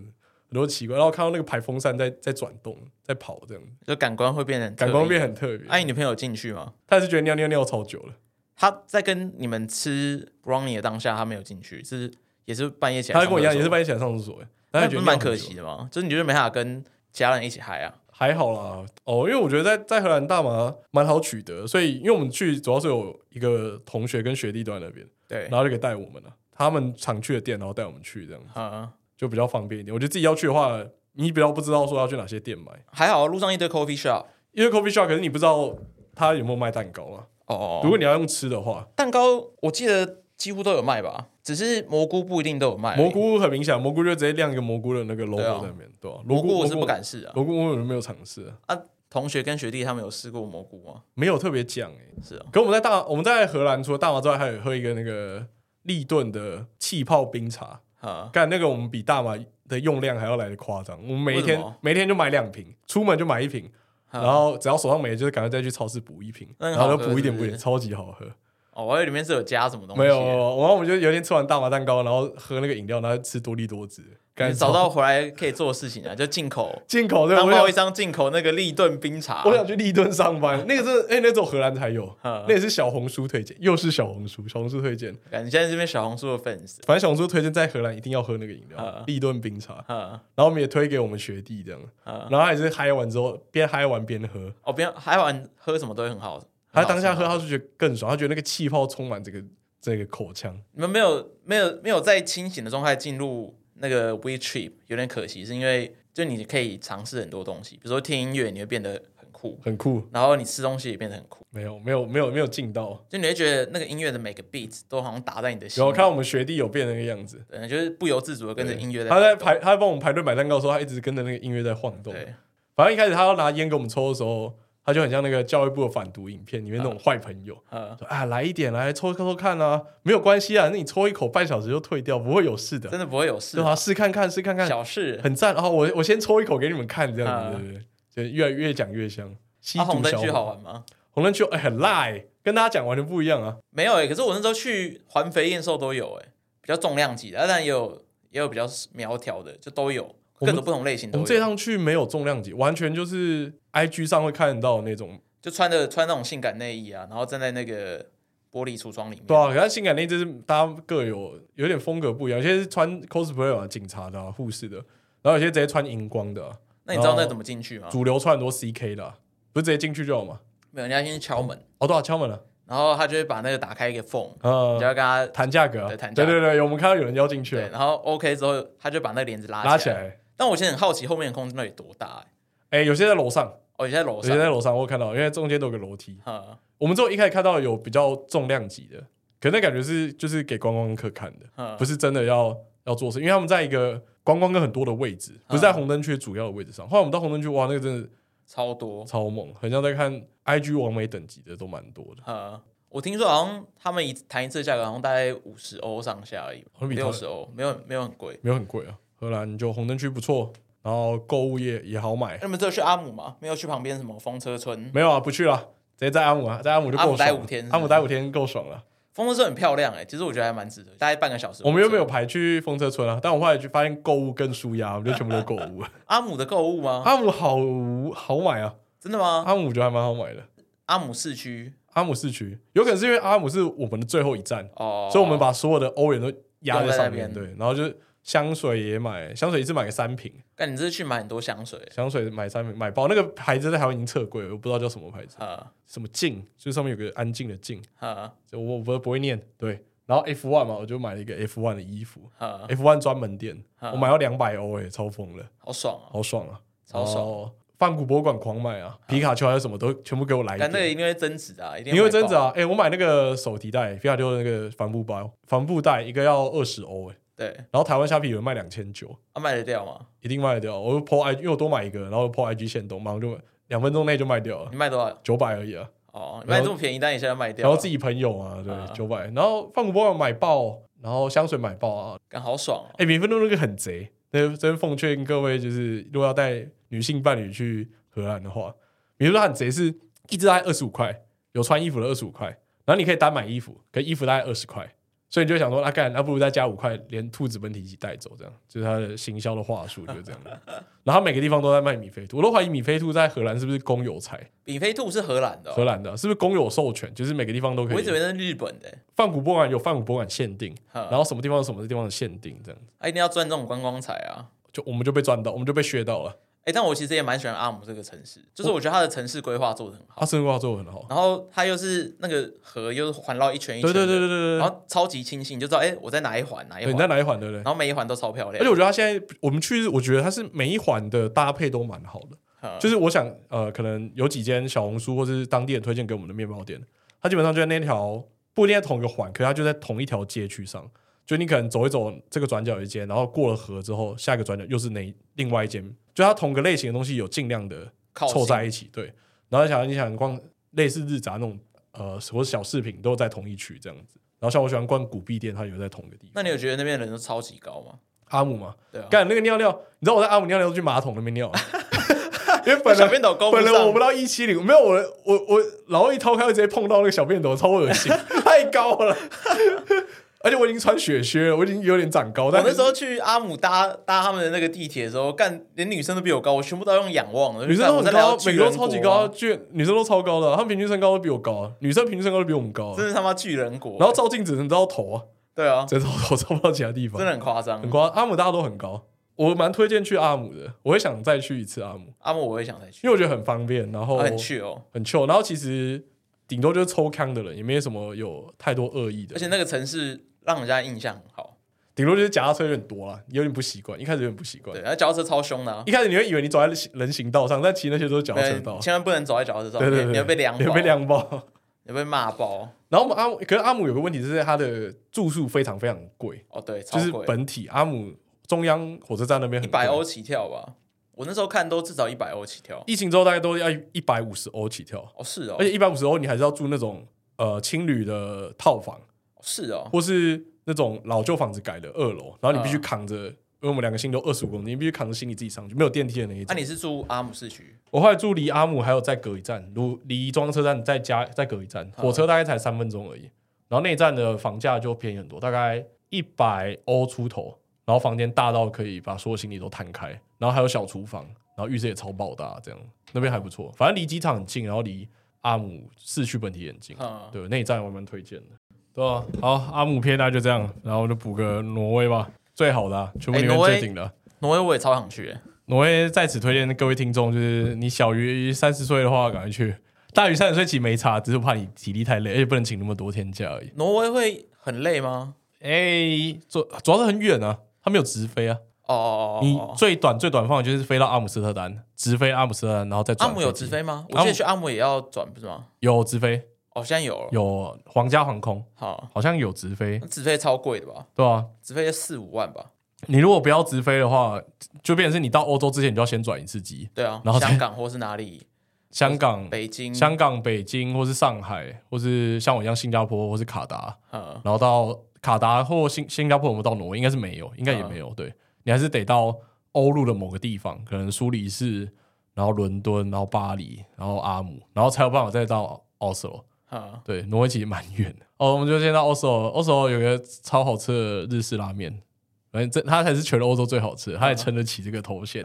很多奇怪，然后看到那个排风扇在在转动，在跑这样子，就感官会变得很感特光异变很特别。哎、你女朋友有进去吗？他是觉得尿尿尿超久了，她在跟你们吃 brownie 的当下，她没有进去，是也是半夜起来他上厕所。跟我一样也是半夜起来上厕所，哎那但他不觉是得蛮尿很可久惜，的吗？就是你觉得没办法跟家人一起嗨啊？还好啦。哦，因为我觉得在在荷兰大麻蛮好取得，所以因为我们去主要是有一个同学跟学弟都在那边，对然，后就给带我们了。他们常去的店，然后带我们去，这样啊、就比较方便一点。我觉得自己要去的话，你比较不知道说要去哪些店买，还好路上一堆 coffee shop 因为 coffee shop 可是你不知道他有没有卖蛋糕啊。哦如果你要用吃的话，蛋糕我记得几乎都有卖吧，只是蘑菇不一定都有卖而已。蘑菇很明显，蘑菇就直接亮一个蘑菇的那个 logo 哎对啊在那边，对吧、蘑蘑菇我是不，敢试啊。蘑菇我没有尝试啊，啊，同学跟学弟他们有试过蘑菇吗？没有特别讲哎、是啊，可我们在大我们在荷兰除了大麻之外，还有喝一个那个利顿的气泡冰茶，啊，干那个我们比大麻的用量还要来的夸张，我们每一为什天么每天就买两瓶，出门就买一瓶，啊然后只要手上没，就是赶快再去超市补一瓶，那很然好喝后就补一点是补不一是点，超级好喝。哦，我以为里面是有加什么东西。没有，没有，没有然后我们就有一天吃完大麻蛋糕，然后喝那个饮料，然后吃多利多汁，感你觉找到回来可以做的事情 啊，就进口进口对，当我贸易想商进口那个立顿冰茶。我想去利顿上班，那个真的，哎，那种荷兰才有，啊那也是小红书推荐，又是小红书，小红书推荐，感觉现在这边小红书的粉丝，反正小红书推荐在荷兰一定要喝那个饮啊料，利顿冰茶，啊然后我们也推给我们学弟这样，啊！然后他也是嗨完之后边嗨完边喝。哦，不要，海碗喝什么都会很好。很他好当下吃喝，他就觉得更爽，他觉得那个气泡充满这个这个口腔。你们没有没有没有在清醒的状态进入那个 We Trip，有点可惜，是因为就你可以尝试很多东西，比如说听音乐，你会变得很酷，很酷，然后你吃东西也变得很酷，没有没有没有没有进到。就你会觉得那个音乐的每个 beat 都好像打在你的心然里，后看我们学弟有变那个样子，对，就是不由自主的跟着音乐在他在动排，他在帮我们排队买蛋糕的时候，他一直跟着那个音乐在晃动。对，反正一开始他要拿烟给我们抽的时候，他就很像那个教育部的反毒影片里面啊那种坏朋友，呃，说啊来一点来抽抽抽看啊，没有关系啊，那你抽一口半小时就退掉，不会有事的。真的不会有事对，啊，试看看试看看，小事。很赞。哦，我我先抽一口给你们看，这样啊子对对对，就越来越讲越香。吸啊，红毒灯小区伙好玩吗？红灯区哎、很辣哎、跟大家讲完全不一样啊。没有哎、可是我那时候去环肥燕瘦都有哎、比较重量级的，啊当然也有也有比较苗条的，就都有我各们种不同类型我都们这有，趟去没有重量级，完全就是 IG 上会看到那种，就穿着穿那种性感内衣啊，然后站在那个玻璃橱窗里面，对啊，可是性感那就是大家各有有点风格不一样，有些是穿 cosplay 啊，警察的、啊、护士的，然后有些直接穿荧光的啊、那你知道然后那怎么进去吗？啊主流穿很多 CK 的啊、不是直接进去就好吗？没有，人家先敲门，哦，对啊，敲门了，然后他就会把那个打开一个缝，你就呃，要跟他谈价格啊，嗯对谈价对格对对，我们看到有人要进去对，了，然后 OK 之后，他就把那个帘子拉拉起起来。来，但我现在很好奇后面的空间到底多大、欸？哎，有些在楼上，哦，你在楼有些上，在楼上，我有看到，因为中间都有个楼梯，嗯我们之后一开始看到有比较重量级的，可那感觉是就是给观光客看的，嗯，不是，是真的要要做事，因为他们在一个观光客很多的位置，不是嗯在红灯区主要的位置上。后来我们到红灯区，哇，那个真的超多。超猛，很像在看 IG 完美等级的都蛮多的，嗯，我听说好像他们一谈一次的价格好像大概五十欧上下而已，好像比台六湾十欧，没有没有很贵。没有很贵啊。荷兰就红灯区不错，然后购物业也好买。那你们只有去阿姆吗？没有去旁边什么风车村？没有啊，不去了，直接在阿姆啊，在阿姆就阿够姆待爽了五天是不是阿姆待五天够爽了。风车村很漂亮哎、其实我觉得还蛮值得，大概半个小时。我们又没有排去风车村啊，但我后来就发现购物更舒压，我们就全部都购物了。阿姆的购物吗？ 阿姆好好买啊，真的吗？阿姆我觉得还蛮好买的。阿姆市区阿姆市区有可能是因为阿姆是我们的最后一站，哦，所以我们把所有的欧元都压在上面，用在对，然后就是香水也买，香水一次买个三瓶，但你这次去买很多香水香水买三瓶买包，那个牌子在台湾已经撤柜了，我不知道叫什么牌子，啊什么静，就是上面有个安静的静，啊就我我不不会念，对，然后 F one 嘛，我就买了一个 F one 的衣服啊， ，F one 专门店，啊我买到两百欧诶，超疯了，好爽哦！好爽啊，超爽爽，泛古博物馆狂买啊，皮卡丘还有什么都全部给我来一但那点个。一定会增值啊，一定因为会真爆的啊，哎、我买那个手提袋，皮卡丘的那个帆布包、帆布袋，一个要二十欧，哎，对，然后台湾虾皮有人卖两千九，啊卖得掉吗？一定卖得掉。我就 PO IG，因为我多买一个，然后 PO IG 限动，马上就两分钟内就卖掉了，你卖多少？九百而已啊。哦，你卖然后这么便宜，但你现在卖掉然了，后自己朋友啊，啊对，九百、然后放古包买爆，然后香水买爆啊，干好爽哦！哎、免费路那个很贼，那真奉劝各位，就是如果要带女性伴侣去荷兰的话，免费路它很贼，是一只大概二十五块，有穿衣服的二十五块，然后你可以单买衣服，可衣服大概二十块，所以你就想说，那、啊、干，那、不如再加五块，连兔子本体一起带走，这样就是它的行销的话术就是 这样。然后它每个地方都在卖米菲兔，我都怀疑米菲兔在荷兰是不是公有财，比菲兔是荷兰的哦、荷兰的啊是不是公有授权，就是每个地方都可我一以直以。为那是日本的、欸，泛古博物馆有泛古博物馆限定，然然后什么地方有什么地方的限定，这样啊一定要赚这种观光财啊！就我们就被赚到，我们就被削到了。哎、但我其实也蛮喜欢阿姆这个城市，就是我觉得它的城市规划做得很好，他生活做的很好。然后它又是那个河又是环绕一圈一圈对的，对对对对然对，后超级清晰，你就知道哎、我在哪一环哪一对哎你环，在哪一环对不对？然后每一环都超漂而且亮，我觉得他现在我们去，我觉得他是每一环的搭配都蛮好的。嗯就是我想，呃，可能有几间小红书或是当地人推荐给我们的面包店，它基本上就在那条不一定在同一个环，可是它就在同一条街区上。就你可能走一走，这个转角有一间，然后过了河之后，下一个转角又是哪另外一间，就它同个类型的东西有尽量的靠近凑在一起，对。然后想你想逛类似日杂那种呃，或者小饰品都在同一区这样子。然后像我喜欢逛古币店，它有在同一个地方。那你有觉得那边的人都超级高吗？阿姆嘛，对啊，干那个尿尿，你知道我在阿姆尿尿都去马桶那边尿， 因为 本小来便斗勾不本来我上不，到一七零，没有我我我，然后一掏开会直接碰到那个小便斗，超恶 心，太高了。而且我已经穿雪靴了，我已经有点长高，我但那时候去阿姆搭搭他们的那个地铁的时候，干连女生都比我高，我全部都要用仰望的，女生都我在很高聊，巨每个都人超级国高，啊，巨女生都超高的，啊她们平均身高都比我高，啊女生平均身高都比我们高啊。真是他妈巨人国。然后照镜子能照到头啊，对啊，只能照头照不到其他地方真，的很夸张很。高。阿姆大家都很高，我蛮推荐去阿姆的，我会想再去一次阿姆，阿姆我也想再去，因为我觉得很方便，然后啊很去哦，很 chill，然后其实顶多就是抽康的人，也没什么有太多恶意的，而且那个城市让人家印象很好。顶多就是脚踏车有点多啦，有点不习惯，一开始有点不习惯对，。然后脚踏车超凶的啊，一开始你会以为你走在人行道上，但其实那些都是脚踏车道对，千万不能走在脚踏车上，对对你对，你会被凉，你会被，凉爆。你会被骂爆。然后我们阿姆，可是阿姆有个问题就是他的住宿非常非常贵，哦，对，超就是贵，本体阿姆中央火车站那边一很贵百欧，起跳吧。我那时候看都至少一百欧起跳。疫情之后大概都要一百五十欧起跳，哦，是哦而，且一百五十欧你还是要住那种呃青旅的套房，是哦，或是那种老旧房子改的二楼，然后你必须嗯扛着，因为我们两个行李都二十五公斤，你必须扛着行李自己上去，没有电梯的那一那种。啊你是住阿姆市区？我后来住离阿姆还有再隔一站，如离中央车站再加再隔一站，火车大概才三分钟而已。然后那一站的房价就便宜很多，大概一百欧出头，然后房间大到可以把所有行李都摊开，然后还有小厨房，然后浴室也超爆大，这样那边还不错。反正离机场很近，然后离阿姆市区本体也很近。嗯，对，那一站我蛮推荐的。对啊，好，阿姆片大概就这样，然后我就补个挪威吧，最好的、啊，全部里哎面挪威最顶的。挪威我也超想去欸。挪威在此推荐各位听众，就是你小于三十岁的话，赶快去。大于三十岁其实没差，只是怕你体力太累，而且不能请那么多天假而已。挪威会很累吗？哎、主主要是很远啊，它没有直飞啊。哦哦你哦哦，最短最短方法就是飞到阿姆斯特丹，直飞阿姆斯特丹，然后再转阿姆有直机飞吗？我阿记姆得去阿姆也要转不是吗？有直飞，哦，现在有了。有皇家航空好，好像有直飞，那直飞超贵的吧？对啊？直飞四五万吧？你如果不要直飞的话，就变成是你到欧洲之前你就要先转一次机，对啊，然后再香港或是哪里？香港、北京？香港、北京或是上海，或是像我一样新加坡或是卡达，呃，然后到卡达或新新加坡有没有到挪威？应该是没有，应该也没有。嗯对你还是得到欧陆的某个地方，可能苏黎世，然后伦敦，然后巴黎，然后阿姆，然后才有办法再到奥斯陆。呃，对，挪威其实蛮远的。哦，我们就先到奥斯陆。奥斯陆有个超好吃的日式拉面，反正这它才是全欧洲最好吃的，它也撑得起这个头 衔。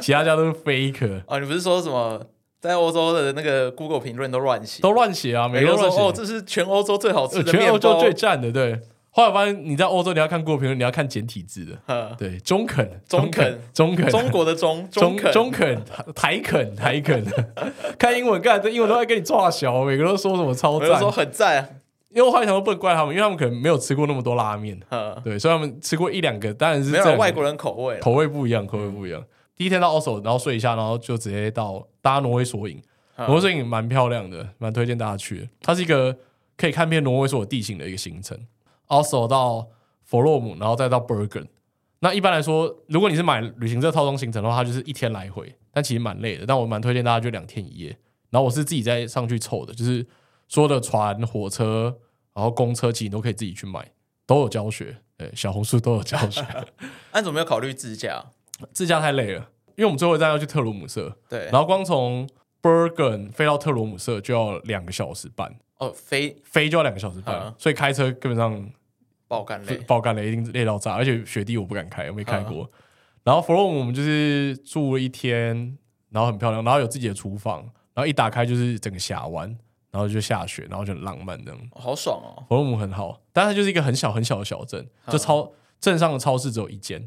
其他家都是 fake，哦，你不是说什么在欧洲的那个 Google 评论都乱写？都乱写啊，每每个个都人都乱写。说哦，这是全欧洲最好吃呃的全面欧洲包。最 赞的，对。后来发现你在欧洲，你要看过评论，你要看简体字的，呃，对，中肯，中肯，中肯，中国的中中肯中肯，台肯，台肯。 看英文，看这英文都在跟你抓小，每个都说什么超我就赞说。很赞。因为我后来想说不能怪他们，因为他们可能没有吃过那么多拉面，呃，对，所以他们吃过一两个，当然是没这两有啊个外国人口味了。口味不一样，口味不一样。嗯第一天到奥首，然后睡一下，然后就直接到搭挪威索引。嗯挪威索引蛮漂亮的，蛮推荐大家去的。它是一个可以看遍挪威所有地形的一个行程。奥首到佛洛姆，然后再到 Bergen。那一般来说，如果你是买旅行社套装行程的话，它就是一天来回，但其实蛮累的。但我蛮推荐大家就两天一夜。然后我是自己再上去凑的，就是所有的船、火车，然后公车，其实你都可以自己去买，都有教学。对，小红书都有教学。安总没有考虑自驾，自驾太累了，因为我们最后一站要去特鲁姆瑟，对，然后光从 Bergen 飞到特鲁姆瑟就要两个小时半，哦，飞飞就要两个小时半，嗯所以开车根本上爆干累，爆干了，一定累到炸，而且雪地我不敢开，我没开嗯过。然后 From 我们就是住了一天，然后很漂亮，然后有自己的厨房，然后一打开就是整个峡湾，然后就下雪，然后就很浪漫这样。哦好爽哦。佛罗姆很好，但它就是一个很小很小的小镇，嗯就超镇上的超市只有一间。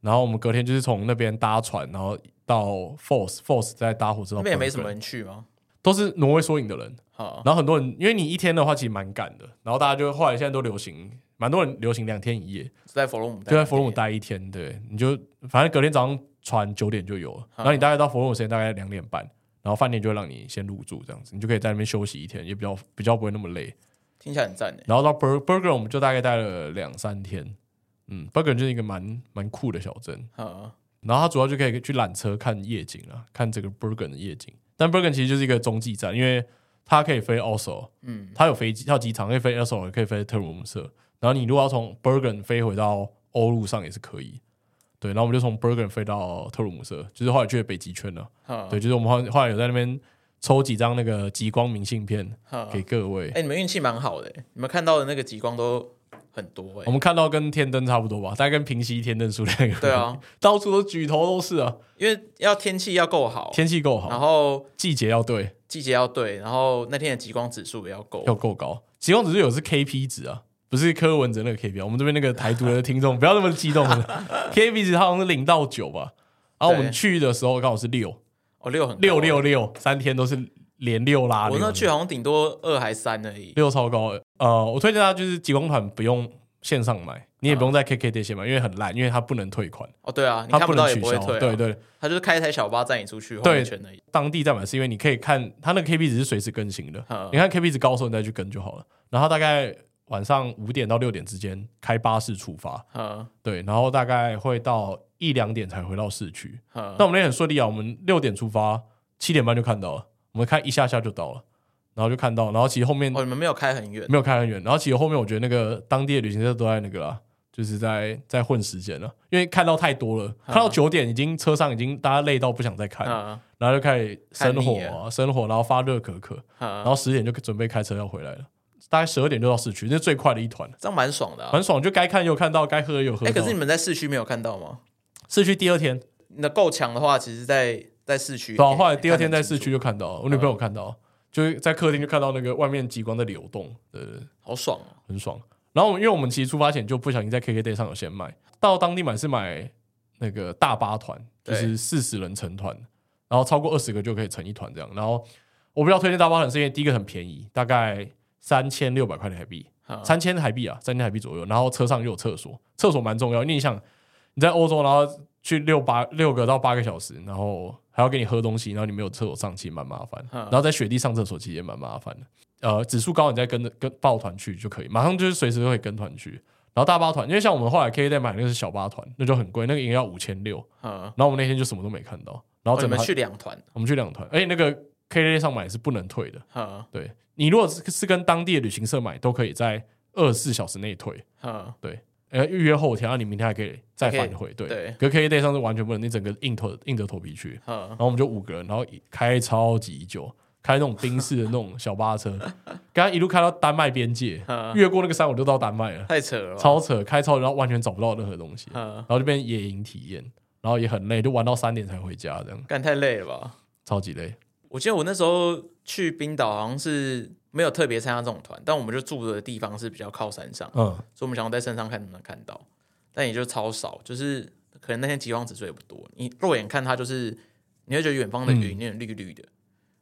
然后我们隔天就是从那边搭船，然后到 Force，Force 再搭火车那到 Bergen。边也没什么人去吗？都是挪威缩影的人。啊，然后很多人，因为你一天的话其实蛮赶的，然后大家就后来现在都流行，蛮多人流行两天一夜，就在佛罗姆，就啊在佛罗姆，待一天。对，你就反正隔天早上船九点就有了，嗯然后你大概到佛罗姆时间大概两点半，然后饭店就会让你先入住，这样子你就可以在那边休息一天，也比较比较不会那么累。听起来很赞诶。然后到 Bur Burger 我们就大概待了两三天，嗯，Burger 就是一个蛮蛮酷的小镇，嗯，然后它主要就可以去缆车看夜景啊，看这个 Burger 的夜景。但 Burger 其实就是一个中继站，因为它可以飞 Oslo，嗯，它有飞机，它有机场可以飞 Oslo，也可以飞特鲁姆瑟。然后你如果要从 Burger 飞回到欧陆上也是可以，对。然后我们就从 Burger 飞到特鲁姆瑟，就是后来去了北极圈了、嗯对，就是我们后来后来有在那边抽几张那个极光明信片嗯给各位。哎、你们运气蛮好的欸，你们看到的那个极光都很多我哎。们看到跟天灯差不多吧，大概跟平息天灯数量一样。对啊，到处都举头都是啊，因为要天气要够哦好，天气够然好，后季节要对，季节要对，然后那天的极光指数也要够。要够高。极光指数有是 KP 值啊，不是柯文哲那个 KP 啊。我们这边那个台独的 听众不要那么激动了，KP 值它好像是零到九吧。然后我们对去的时候刚好是六哦，六很高六六。六，三天都是连六拉我六那去好像顶多二还三而已。六超高的。呃，我推荐大家就是极光团不用线上买，你也不用在 KKday 先买，因为很烂，因为它不能退款，哦，对啊，你它看不到能也取不会消。退、啊，对，对，他就是开一台小巴载你出去晃对一圈而已。当地再买是因为你可以看它那个 KP 值是随时更新的嗯，你看 KP 值高的时候你再去跟就好了。然后大概晚上五点到六点之间开巴士出发，嗯对，然后大概会到一两点才回到市区。嗯，那我们那天很顺利啊，我们六点出发，七点半就看到了，我们开一下下就到了，然后就看到，然后其实后面哦，你们没有开很远。没有开很远，然后其实后面我觉得那个当地的旅行社都在那个啦。就是在在混时间了，因为看到太多了，看到九点已经车上已经大家累到不想再看，了。嗯然后就开始生火、看腻啊，生火，然后发热可可，然嗯，后十点就准备开车要回来了，大概十二点就到市区，那是最快的一团，这样蛮爽的、啊。很爽，就该看又看到，该喝又喝哎、到。可是你们在市区没有看到吗？市区第二天，你的够强的话，其实在在市区也可以看得清楚。嗯对啊，后来第二天在市区就看到了，我女朋友看到，就是在客厅就看到那个外面极光在流动，对对，对好爽哦、很爽。然后我们因为我们其实出发前就不小心在 KKday 上有先买，到当地买是买那个大巴团，就对是四十人成团，然后超过二十个就可以成一团这样。然后我比较推荐大巴城，是因为第一个很便宜，大概三千六百块台币，嗯三千台币啊，三千台币左右。然后车上又有厕所，厕所蛮重要，因为你想你在欧洲，然后去六八六个到八个小时，然后还要给你喝东西，然后你没有厕所上，其实蛮麻烦。嗯然后在雪地上厕所其实也蛮麻烦的。呃，指数高，你再跟着跟抱团去就可以，马上就是随时都可以跟团去。然后大巴团，因为像我们后来 K 在买那个是小巴团，那就很贵，那个应该要五千六。嗯，然后我们那天就什么都没看到，然后哦你整个们去两团，我们去两团，而且那个 KTV 上买是不能退的。嗯对你如果是是跟当地的旅行社买，都可以在二十四小时内退。嗯，呃，预约后天，然后你明天还可以再还可返以回。对，对可 KTV 上是完全不能，你整个硬头硬着头皮去。嗯然，后我们就五个人，然后一开超级久，开那种宾士的那种小巴 车，刚刚一路开到丹麦边界，嗯越过那个山我就到丹麦了，太扯了吧，超扯，开超久然后完全找不到任何东西，嗯，然后就变野营体验，然后也很累，就玩到三点才回家，这样干太累了吧？超级累。我记得我那时候去冰岛好像是没有特别参加这种团，但我们就住的地方是比较靠山上，嗯，所以我们想要在山上看能不能看到，但也就超少，就是可能那天极光指数也不多，你肉眼看它就是，你会觉得远方的云有点绿绿的，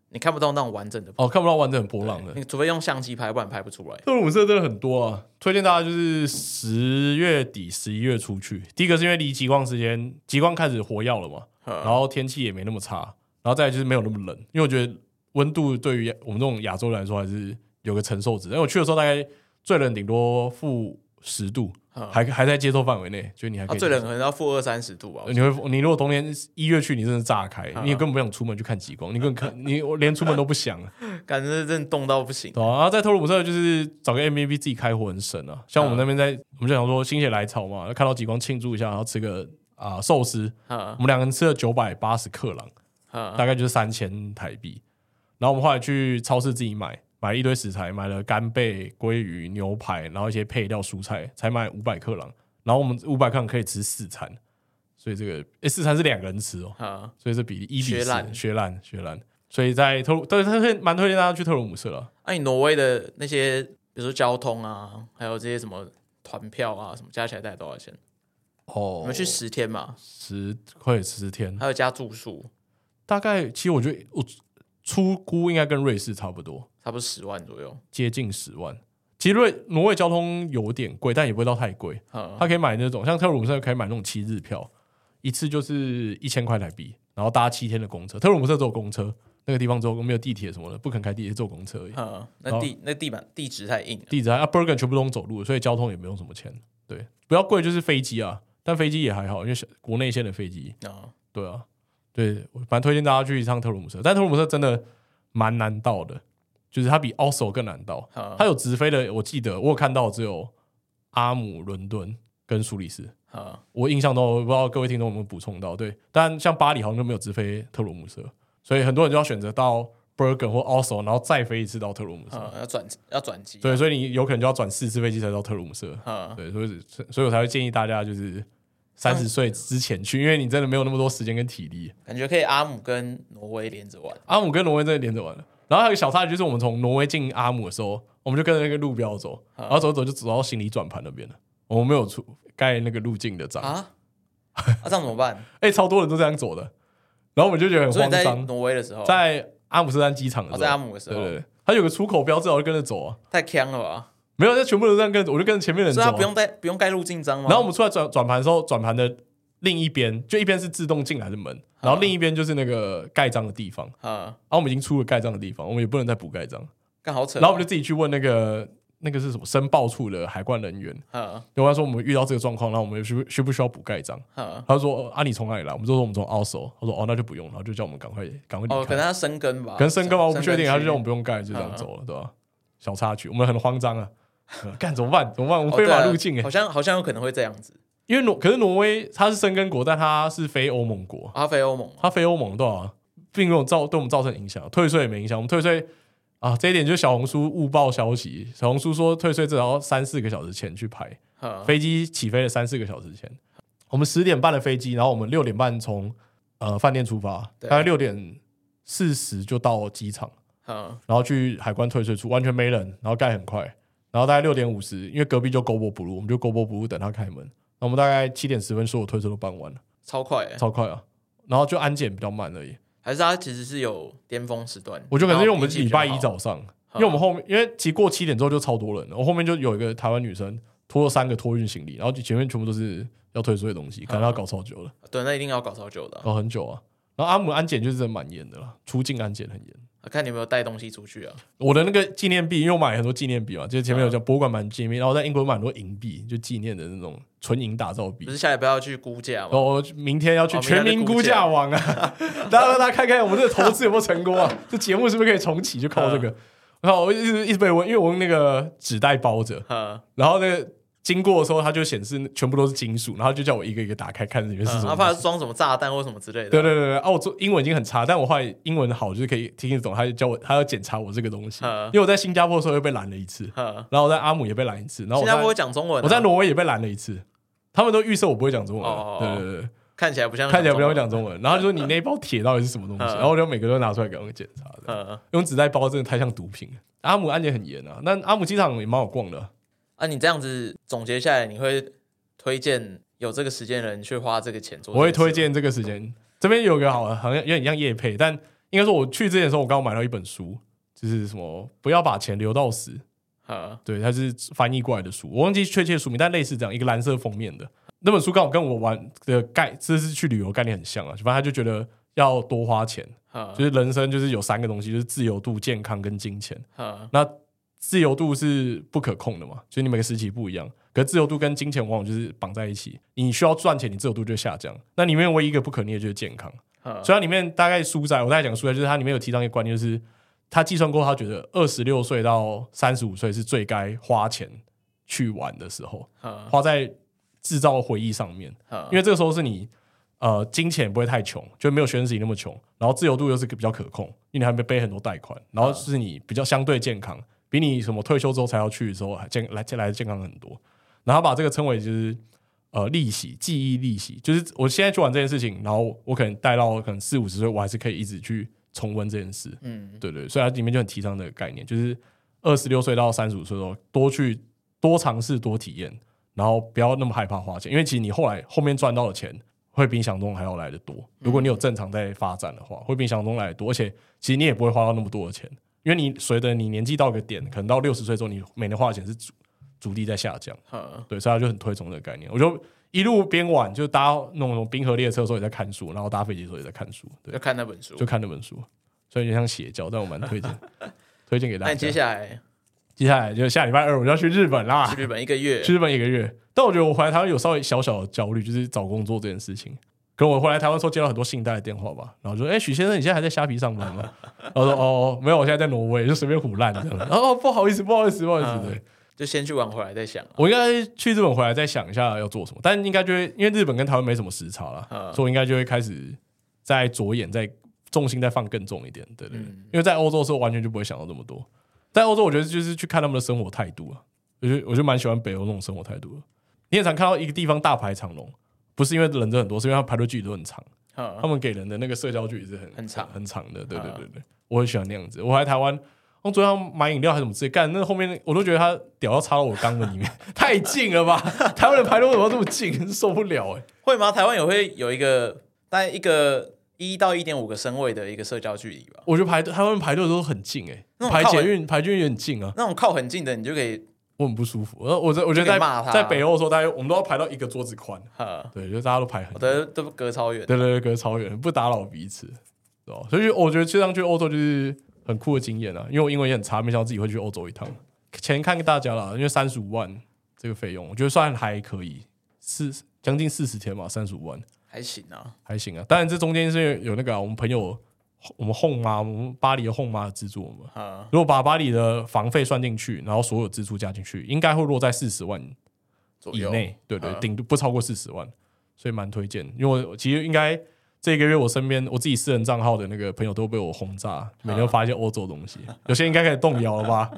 你看不到那种完整的，哦，看不到完整波浪的。你除非用相机拍，不然拍不出来。特鲁姆色真的很多啊，推荐大家就是十月底、十一月出去。第一个是因为离极光时间，极光开始活跃了嘛，嗯然后天气也没那么差，然后再来就是没有那么冷，因为我觉得温度对于我们这种亚洲人来说还是有个承受值。因为我去的时候大概最冷顶多负十度，嗯还还在接受范围内，就你还可它以、啊最冷可能要负二三十度吧，我你会，你如果冬天一月去，你真的炸开，嗯你也根本不想出门去看极光，你根本看你我连出门都不想。感觉真的冻到不行。对啊，然后在特鲁姆特就是找个 MVP 自己开火很省啊。像我嗯们那边在，我们就想说心血来潮嘛，看到极光庆祝一下，然后吃个啊、寿司。我嗯们两个人吃了九百八十克朗，嗯大概就是三千台币。然后我们后来去超市自己买，买了一堆食材，买了干贝、鲑鱼、牛排，然后一些配料、蔬菜，才买五百克朗。然后我们五百克朗可以吃四餐，所以这个诶四餐是两个人吃哦。嗯，所以这比例一比学四，懒学烂学烂。所以在特鲁，但是但是蛮推荐大家去特鲁姆特了。那、啊你挪威的那些，比如说交通啊，还有这些什么团票啊，什么加起来大概多少钱？哦我们去十天嘛，十快十天，还有加住宿，大概其实我觉得我出估应该跟瑞士差不多，差不多十万左右。接近十万。其实瑞挪威交通有点贵，但也不会到太贵。嗯他可以买那种像特鲁姆特可以买那种七日票，一次就是一千块台币，然后搭七天的公车。特鲁姆特只有公车，那个地方只有没有地铁什么的，不肯开地铁，只有公车而已。嗯，哦那地那地板地址太硬了。地址还啊 b e r g e n 全部都用走路，所以交通也没用什么钱。对，比较贵就是飞机啊，但飞机也还好，因为小国内线的飞机嗯，对啊，对，我蛮推荐大家去一趟特鲁姆瑟，但特鲁姆瑟真的蛮难到的，就是它比 Oslo 更难到。嗯它有直飞的，我记得我有看到只有阿姆、伦敦跟苏黎世，嗯我印象中我不知道各位听众有没有补充到。对，但像巴黎好像就没有直飞特鲁姆瑟，所以很多人就要选择到 Bergen 或 Oslo，然后再飞一次到特鲁姆瑟。嗯，要转要转机。对，所以你有可能就要转四次飞机才到特鲁姆瑟。嗯，对，所以所以我才会建议大家就是三十岁之前去，因为你真的没有那么多时间跟体力。感觉可以阿姆跟挪威连着玩。阿姆跟挪威真的连着玩了。然后还有一个小插曲，就是我们从挪威进阿姆的时候，我们就跟着那个路标走，然后走走就走到行李转盘那边了。我们没有出盖那个路径的章，哎、啊， 啊，这样怎么 办？超多人都这样走的，然后我们就觉得很所以你慌在张。挪威的时候，在阿姆斯特丹机场的时哦候，在阿姆的时对候对，对，他有个出口标志，我就跟着走啊，太坑了吧？没有，那全部都这样跟着，我就跟着前面的人所走、以啊他不。用带不用盖入境章吗？然后我们出来转转盘的时候，转盘的另一边就一边是自动进来的门，然后另一边就是那个盖章的地方。嗯，然后我们已经出了盖章的地方，我们也不能再补盖章。刚好扯。哦 然后我们就自己去问那个那个是什么申报处的海关人员，嗯然后他说我们遇到这个状况，然后我们需需不需要补盖章？嗯，他说、呃啊你从哪里来？我们就说我们从澳洲。他说哦那就不用，然后就叫我们赶快赶快离开。哦，可能他生根吧，可能生根吧，我不确定，他就区叫我们不用盖，就这嗯样走了，对吧、小插曲，我们很慌张啊，呃干怎么办？怎么办？我们哦非对法啊入境哎、好像好像有可能会这样子。因为挪可是挪威它是生根国，但它是非欧盟国，阿非欧盟嘛，它非欧盟对吧、并没有造对我们造成影响，退税也没影响。我们退税啊，这一点就是小红书误报消息，小红书说退税至少要三四个小时前去排，嗯飞机起飞的三四个小时前。我们十点半的飞机，然后我们六点半从呃饭店出发，对大概六点四十就到机场，嗯然后去海关退税处，完全没人，然后盖很快，然后大概六点五十，因为隔壁就 GoBo Blue，我们就 GoBo Blue 等他开门，那我们大概七点十分所有退税都办完了，超快欸，超快啊，然后就安检比较慢而已。还是它其实是有巅峰时段？我觉得可能是因为我们然后运气是礼比较拜一好，早上，好因为我们后面因为其实过七点之后就超多人了，我后面就有一个台湾女生拖了三个托运行李，然后前面全部都是要退税的东西，可能要搞超久了，对，那一定要搞超久的啊、搞很久啊。然后阿姆安检就是真的蛮严的啦，出境安检很严。啊看你有没有带东西出去啊？我的那个纪念币，因为我买很多纪念币嘛，就是前面嗯有叫博物馆版纪念币，然后在英国买很多银币，就纪念的那种纯银打造币不。是下礼拜要去估价吗？哦，我明天要去哦全民估价网啊！ 大家大家看看我们这个投资有没有成 功啊？这节目是不是可以重启？就靠这个。然后我一直一直被问，因为我用那个纸袋包着，嗯，然后那个经过的时候，它就显示全部都是金属，然后就叫我一个一个打开看里面是什他嗯么啊怕东是西。装什么炸弹或什么之类的。对对对对，啊，我做英文已经很差，但我后来英文好，就是可以听得懂。他就叫我，他要检查我这个东西，嗯因为我在新加坡的时候又被拦了一次，嗯，然后我在阿姆也被拦一次，然后新我加坡会在讲中文啊、我在挪威也被拦了一次，他们都预设我不会讲中文哦啊，对对对对。看起来不像看起来不像会中讲中文，然后就说你那一包铁到底是什么东西，嗯然后我就每个都拿出来给他们检查的，文。嗯，用纸袋包真的太像毒品了。阿姆安检很严啊，那阿姆机场也蛮好逛的，啊，你这样子总结下来，你会推荐有这个时间的人去花这个钱做？我会推。荐这个时间。这边有个好，好像有点像叶配，但应该说我去之前的时候，我刚好买到一本书，就是什么不要把钱留到死，嗯，对，它是翻译过来的书，我忘记确切书名，但类似这样一个蓝色封面的那本书，刚好跟我玩的概，这是去旅游概念很像啊，反正他就觉得要多花钱，嗯就是人生就是有三个东西，就是自由度、健康跟金钱。嗯那自由度是不可控的嘛，就是你每个时期不一样。可是自由度跟金钱往往就是绑在一起，你需要赚钱，你自由度就下降。那里面唯一一个不可逆的就是健康。 嗯所以它里面大概书仔，我大概讲书仔，就是它里面有提到一个观念，就是他计算过，他觉得二十六岁到三十五岁是最该花钱去玩的时候，嗯花在制造回忆上面。嗯，因为这个时候是你呃金钱不会太穷，就没有学生时期那么穷，然后自由度又是比较可控，因为你还没背很多贷款，然后是你比较相对健康，比你什么退休之后才要去的时候还健来来得健康很多。然后把这个称为就是呃利息记忆利息，就是我现在去玩这件事情，然后我可能带到可能四五十岁，我还是可以一直去重温这件事。嗯对对，所以它里面就很提倡这个概念，就是二十六岁到三十五岁的时候，多去多尝试、多体验，然后不要那么害怕花钱，因为其实你后来后面赚到的钱会比你想中还要来的多。如果你有正常在发展的话，会比你想中来的多，而且其实你也不会花到那么多的钱，因为你随着你年纪到一个点，可能到六十岁之后，你每年花的钱是逐逐地在下降。嗯，对，所以他就很推崇这个概念。我就一路边玩，就搭那种什么冰河列车的时候也在看书，然后搭飞机的时候也在看书，对就，看那本书就。看那本书，所以有点像邪教，但我蛮 推荐，推荐给大那家。你接下来接下来就下礼拜二我就要去日本啦去，日本一个月，去日本一个月。但我觉得我回来台湾有稍微小小的焦虑，就是找工作这件事情。跟我回来台湾的时候接到很多信贷的电话吧，然后就说：“哎、许先生，你现在还在虾皮上班吗？”然后说：“哦，没有，我现在在挪威，就随便胡乱这样。”然后哦，不好意思，不好意思，不好意嗯思，对。就先去玩回来再想啊。我应该去日本回来再想一下要做什么，但应该就会因为日本跟台湾没什么时差啦，嗯所以我应该就会开始在着眼在重心再放更重一点，对对对嗯因为在欧洲的时候完全就不会想到这么多，在欧洲我觉得就是去看他们的生活态度啊，我就我就蛮喜欢北欧那种生活态度的。你也常看到一个地方大排长龙，不是因为人真的很多，是因为他排队距离都很长，嗯他们给人的那个社交距离是很很长很长的，对对嗯对对，我很喜欢那样子。我来台湾，我昨天买饮料还是什么之类，干那后面我都觉得他屌要插到我肛门里面， 太近了吧？ 台湾人排队为什么要这么近？ 受不了哎、会吗？台湾也会有一个大概一个一到一点五个身位的一个社交距离吧。我觉得排队台湾人排队都很近哎、那种排靠捷很运排捷运也很近啊，那种靠很近的，你就可以，我很不舒服。呃，我在我觉就得可在以骂他在北欧的时候，大概我们都要排到一个桌子宽，哈，对，就大家都排很呃我的近。都隔超远。对对对，隔超远， 不打扰彼此，对吧？所以我觉得这趟去欧洲就是很酷的经验啊，因为我英文也很差，没想到自己会去欧洲一趟。钱看给大家啦，因为三十五万这个费用，我觉得算还可以，四将近四十天嘛，三十五万还行啊，还行啊。当然这中间是有那个啊、我们朋友，我们后妈，我们巴黎的后妈资助我们。哈，如果把巴黎的房费算进去，然后所有支出加进去，应该会落在四十万左以右。内，对对，嗯顶多不超过四十万，所以蛮推荐。因为我其实应该这个月我身边我自己私人账号的那个朋友都被我轰炸，每啊天都发一些欧洲东西，有些应该开始动摇了吧？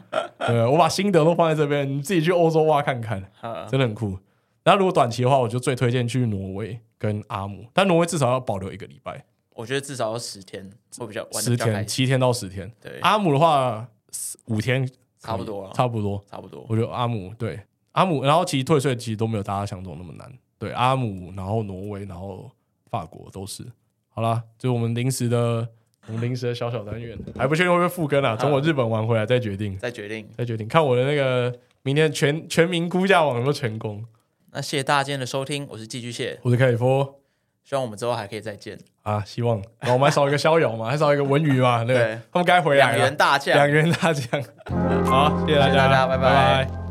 对，我把心得都放在这边，你自己去欧洲挖看看，哈，真的很酷。那如果短期的话，我就最推荐去挪威跟阿姆，但挪威至少要保留一个礼拜，我觉得至少要十天会比较玩的十比较开天，啊心。七天到十天。对，阿姆的话，四五天可以差不多啊差不多。差不多。我觉得阿姆对阿姆，然后其实退税其实都没有大家想中那么难。对阿姆，然后挪威，然后法国都是。好啦，就是我们临时的我们临时的小小单元，还不确定会不会复更啊，等我日本玩回来再决定，再决定。再决定看我的那个明天全全民估价网有没有成功。那谢谢大家今天的收听，我是寄居蟹，我是凯里夫希望我们之后还可以再见。啊，希望然后我们还少一个逍遥嘛，还少一个文娱嘛，对不对对他们该回来两了元。大将 嗯两。元大奖，好，谢谢大谢谢家，大家拜拜拜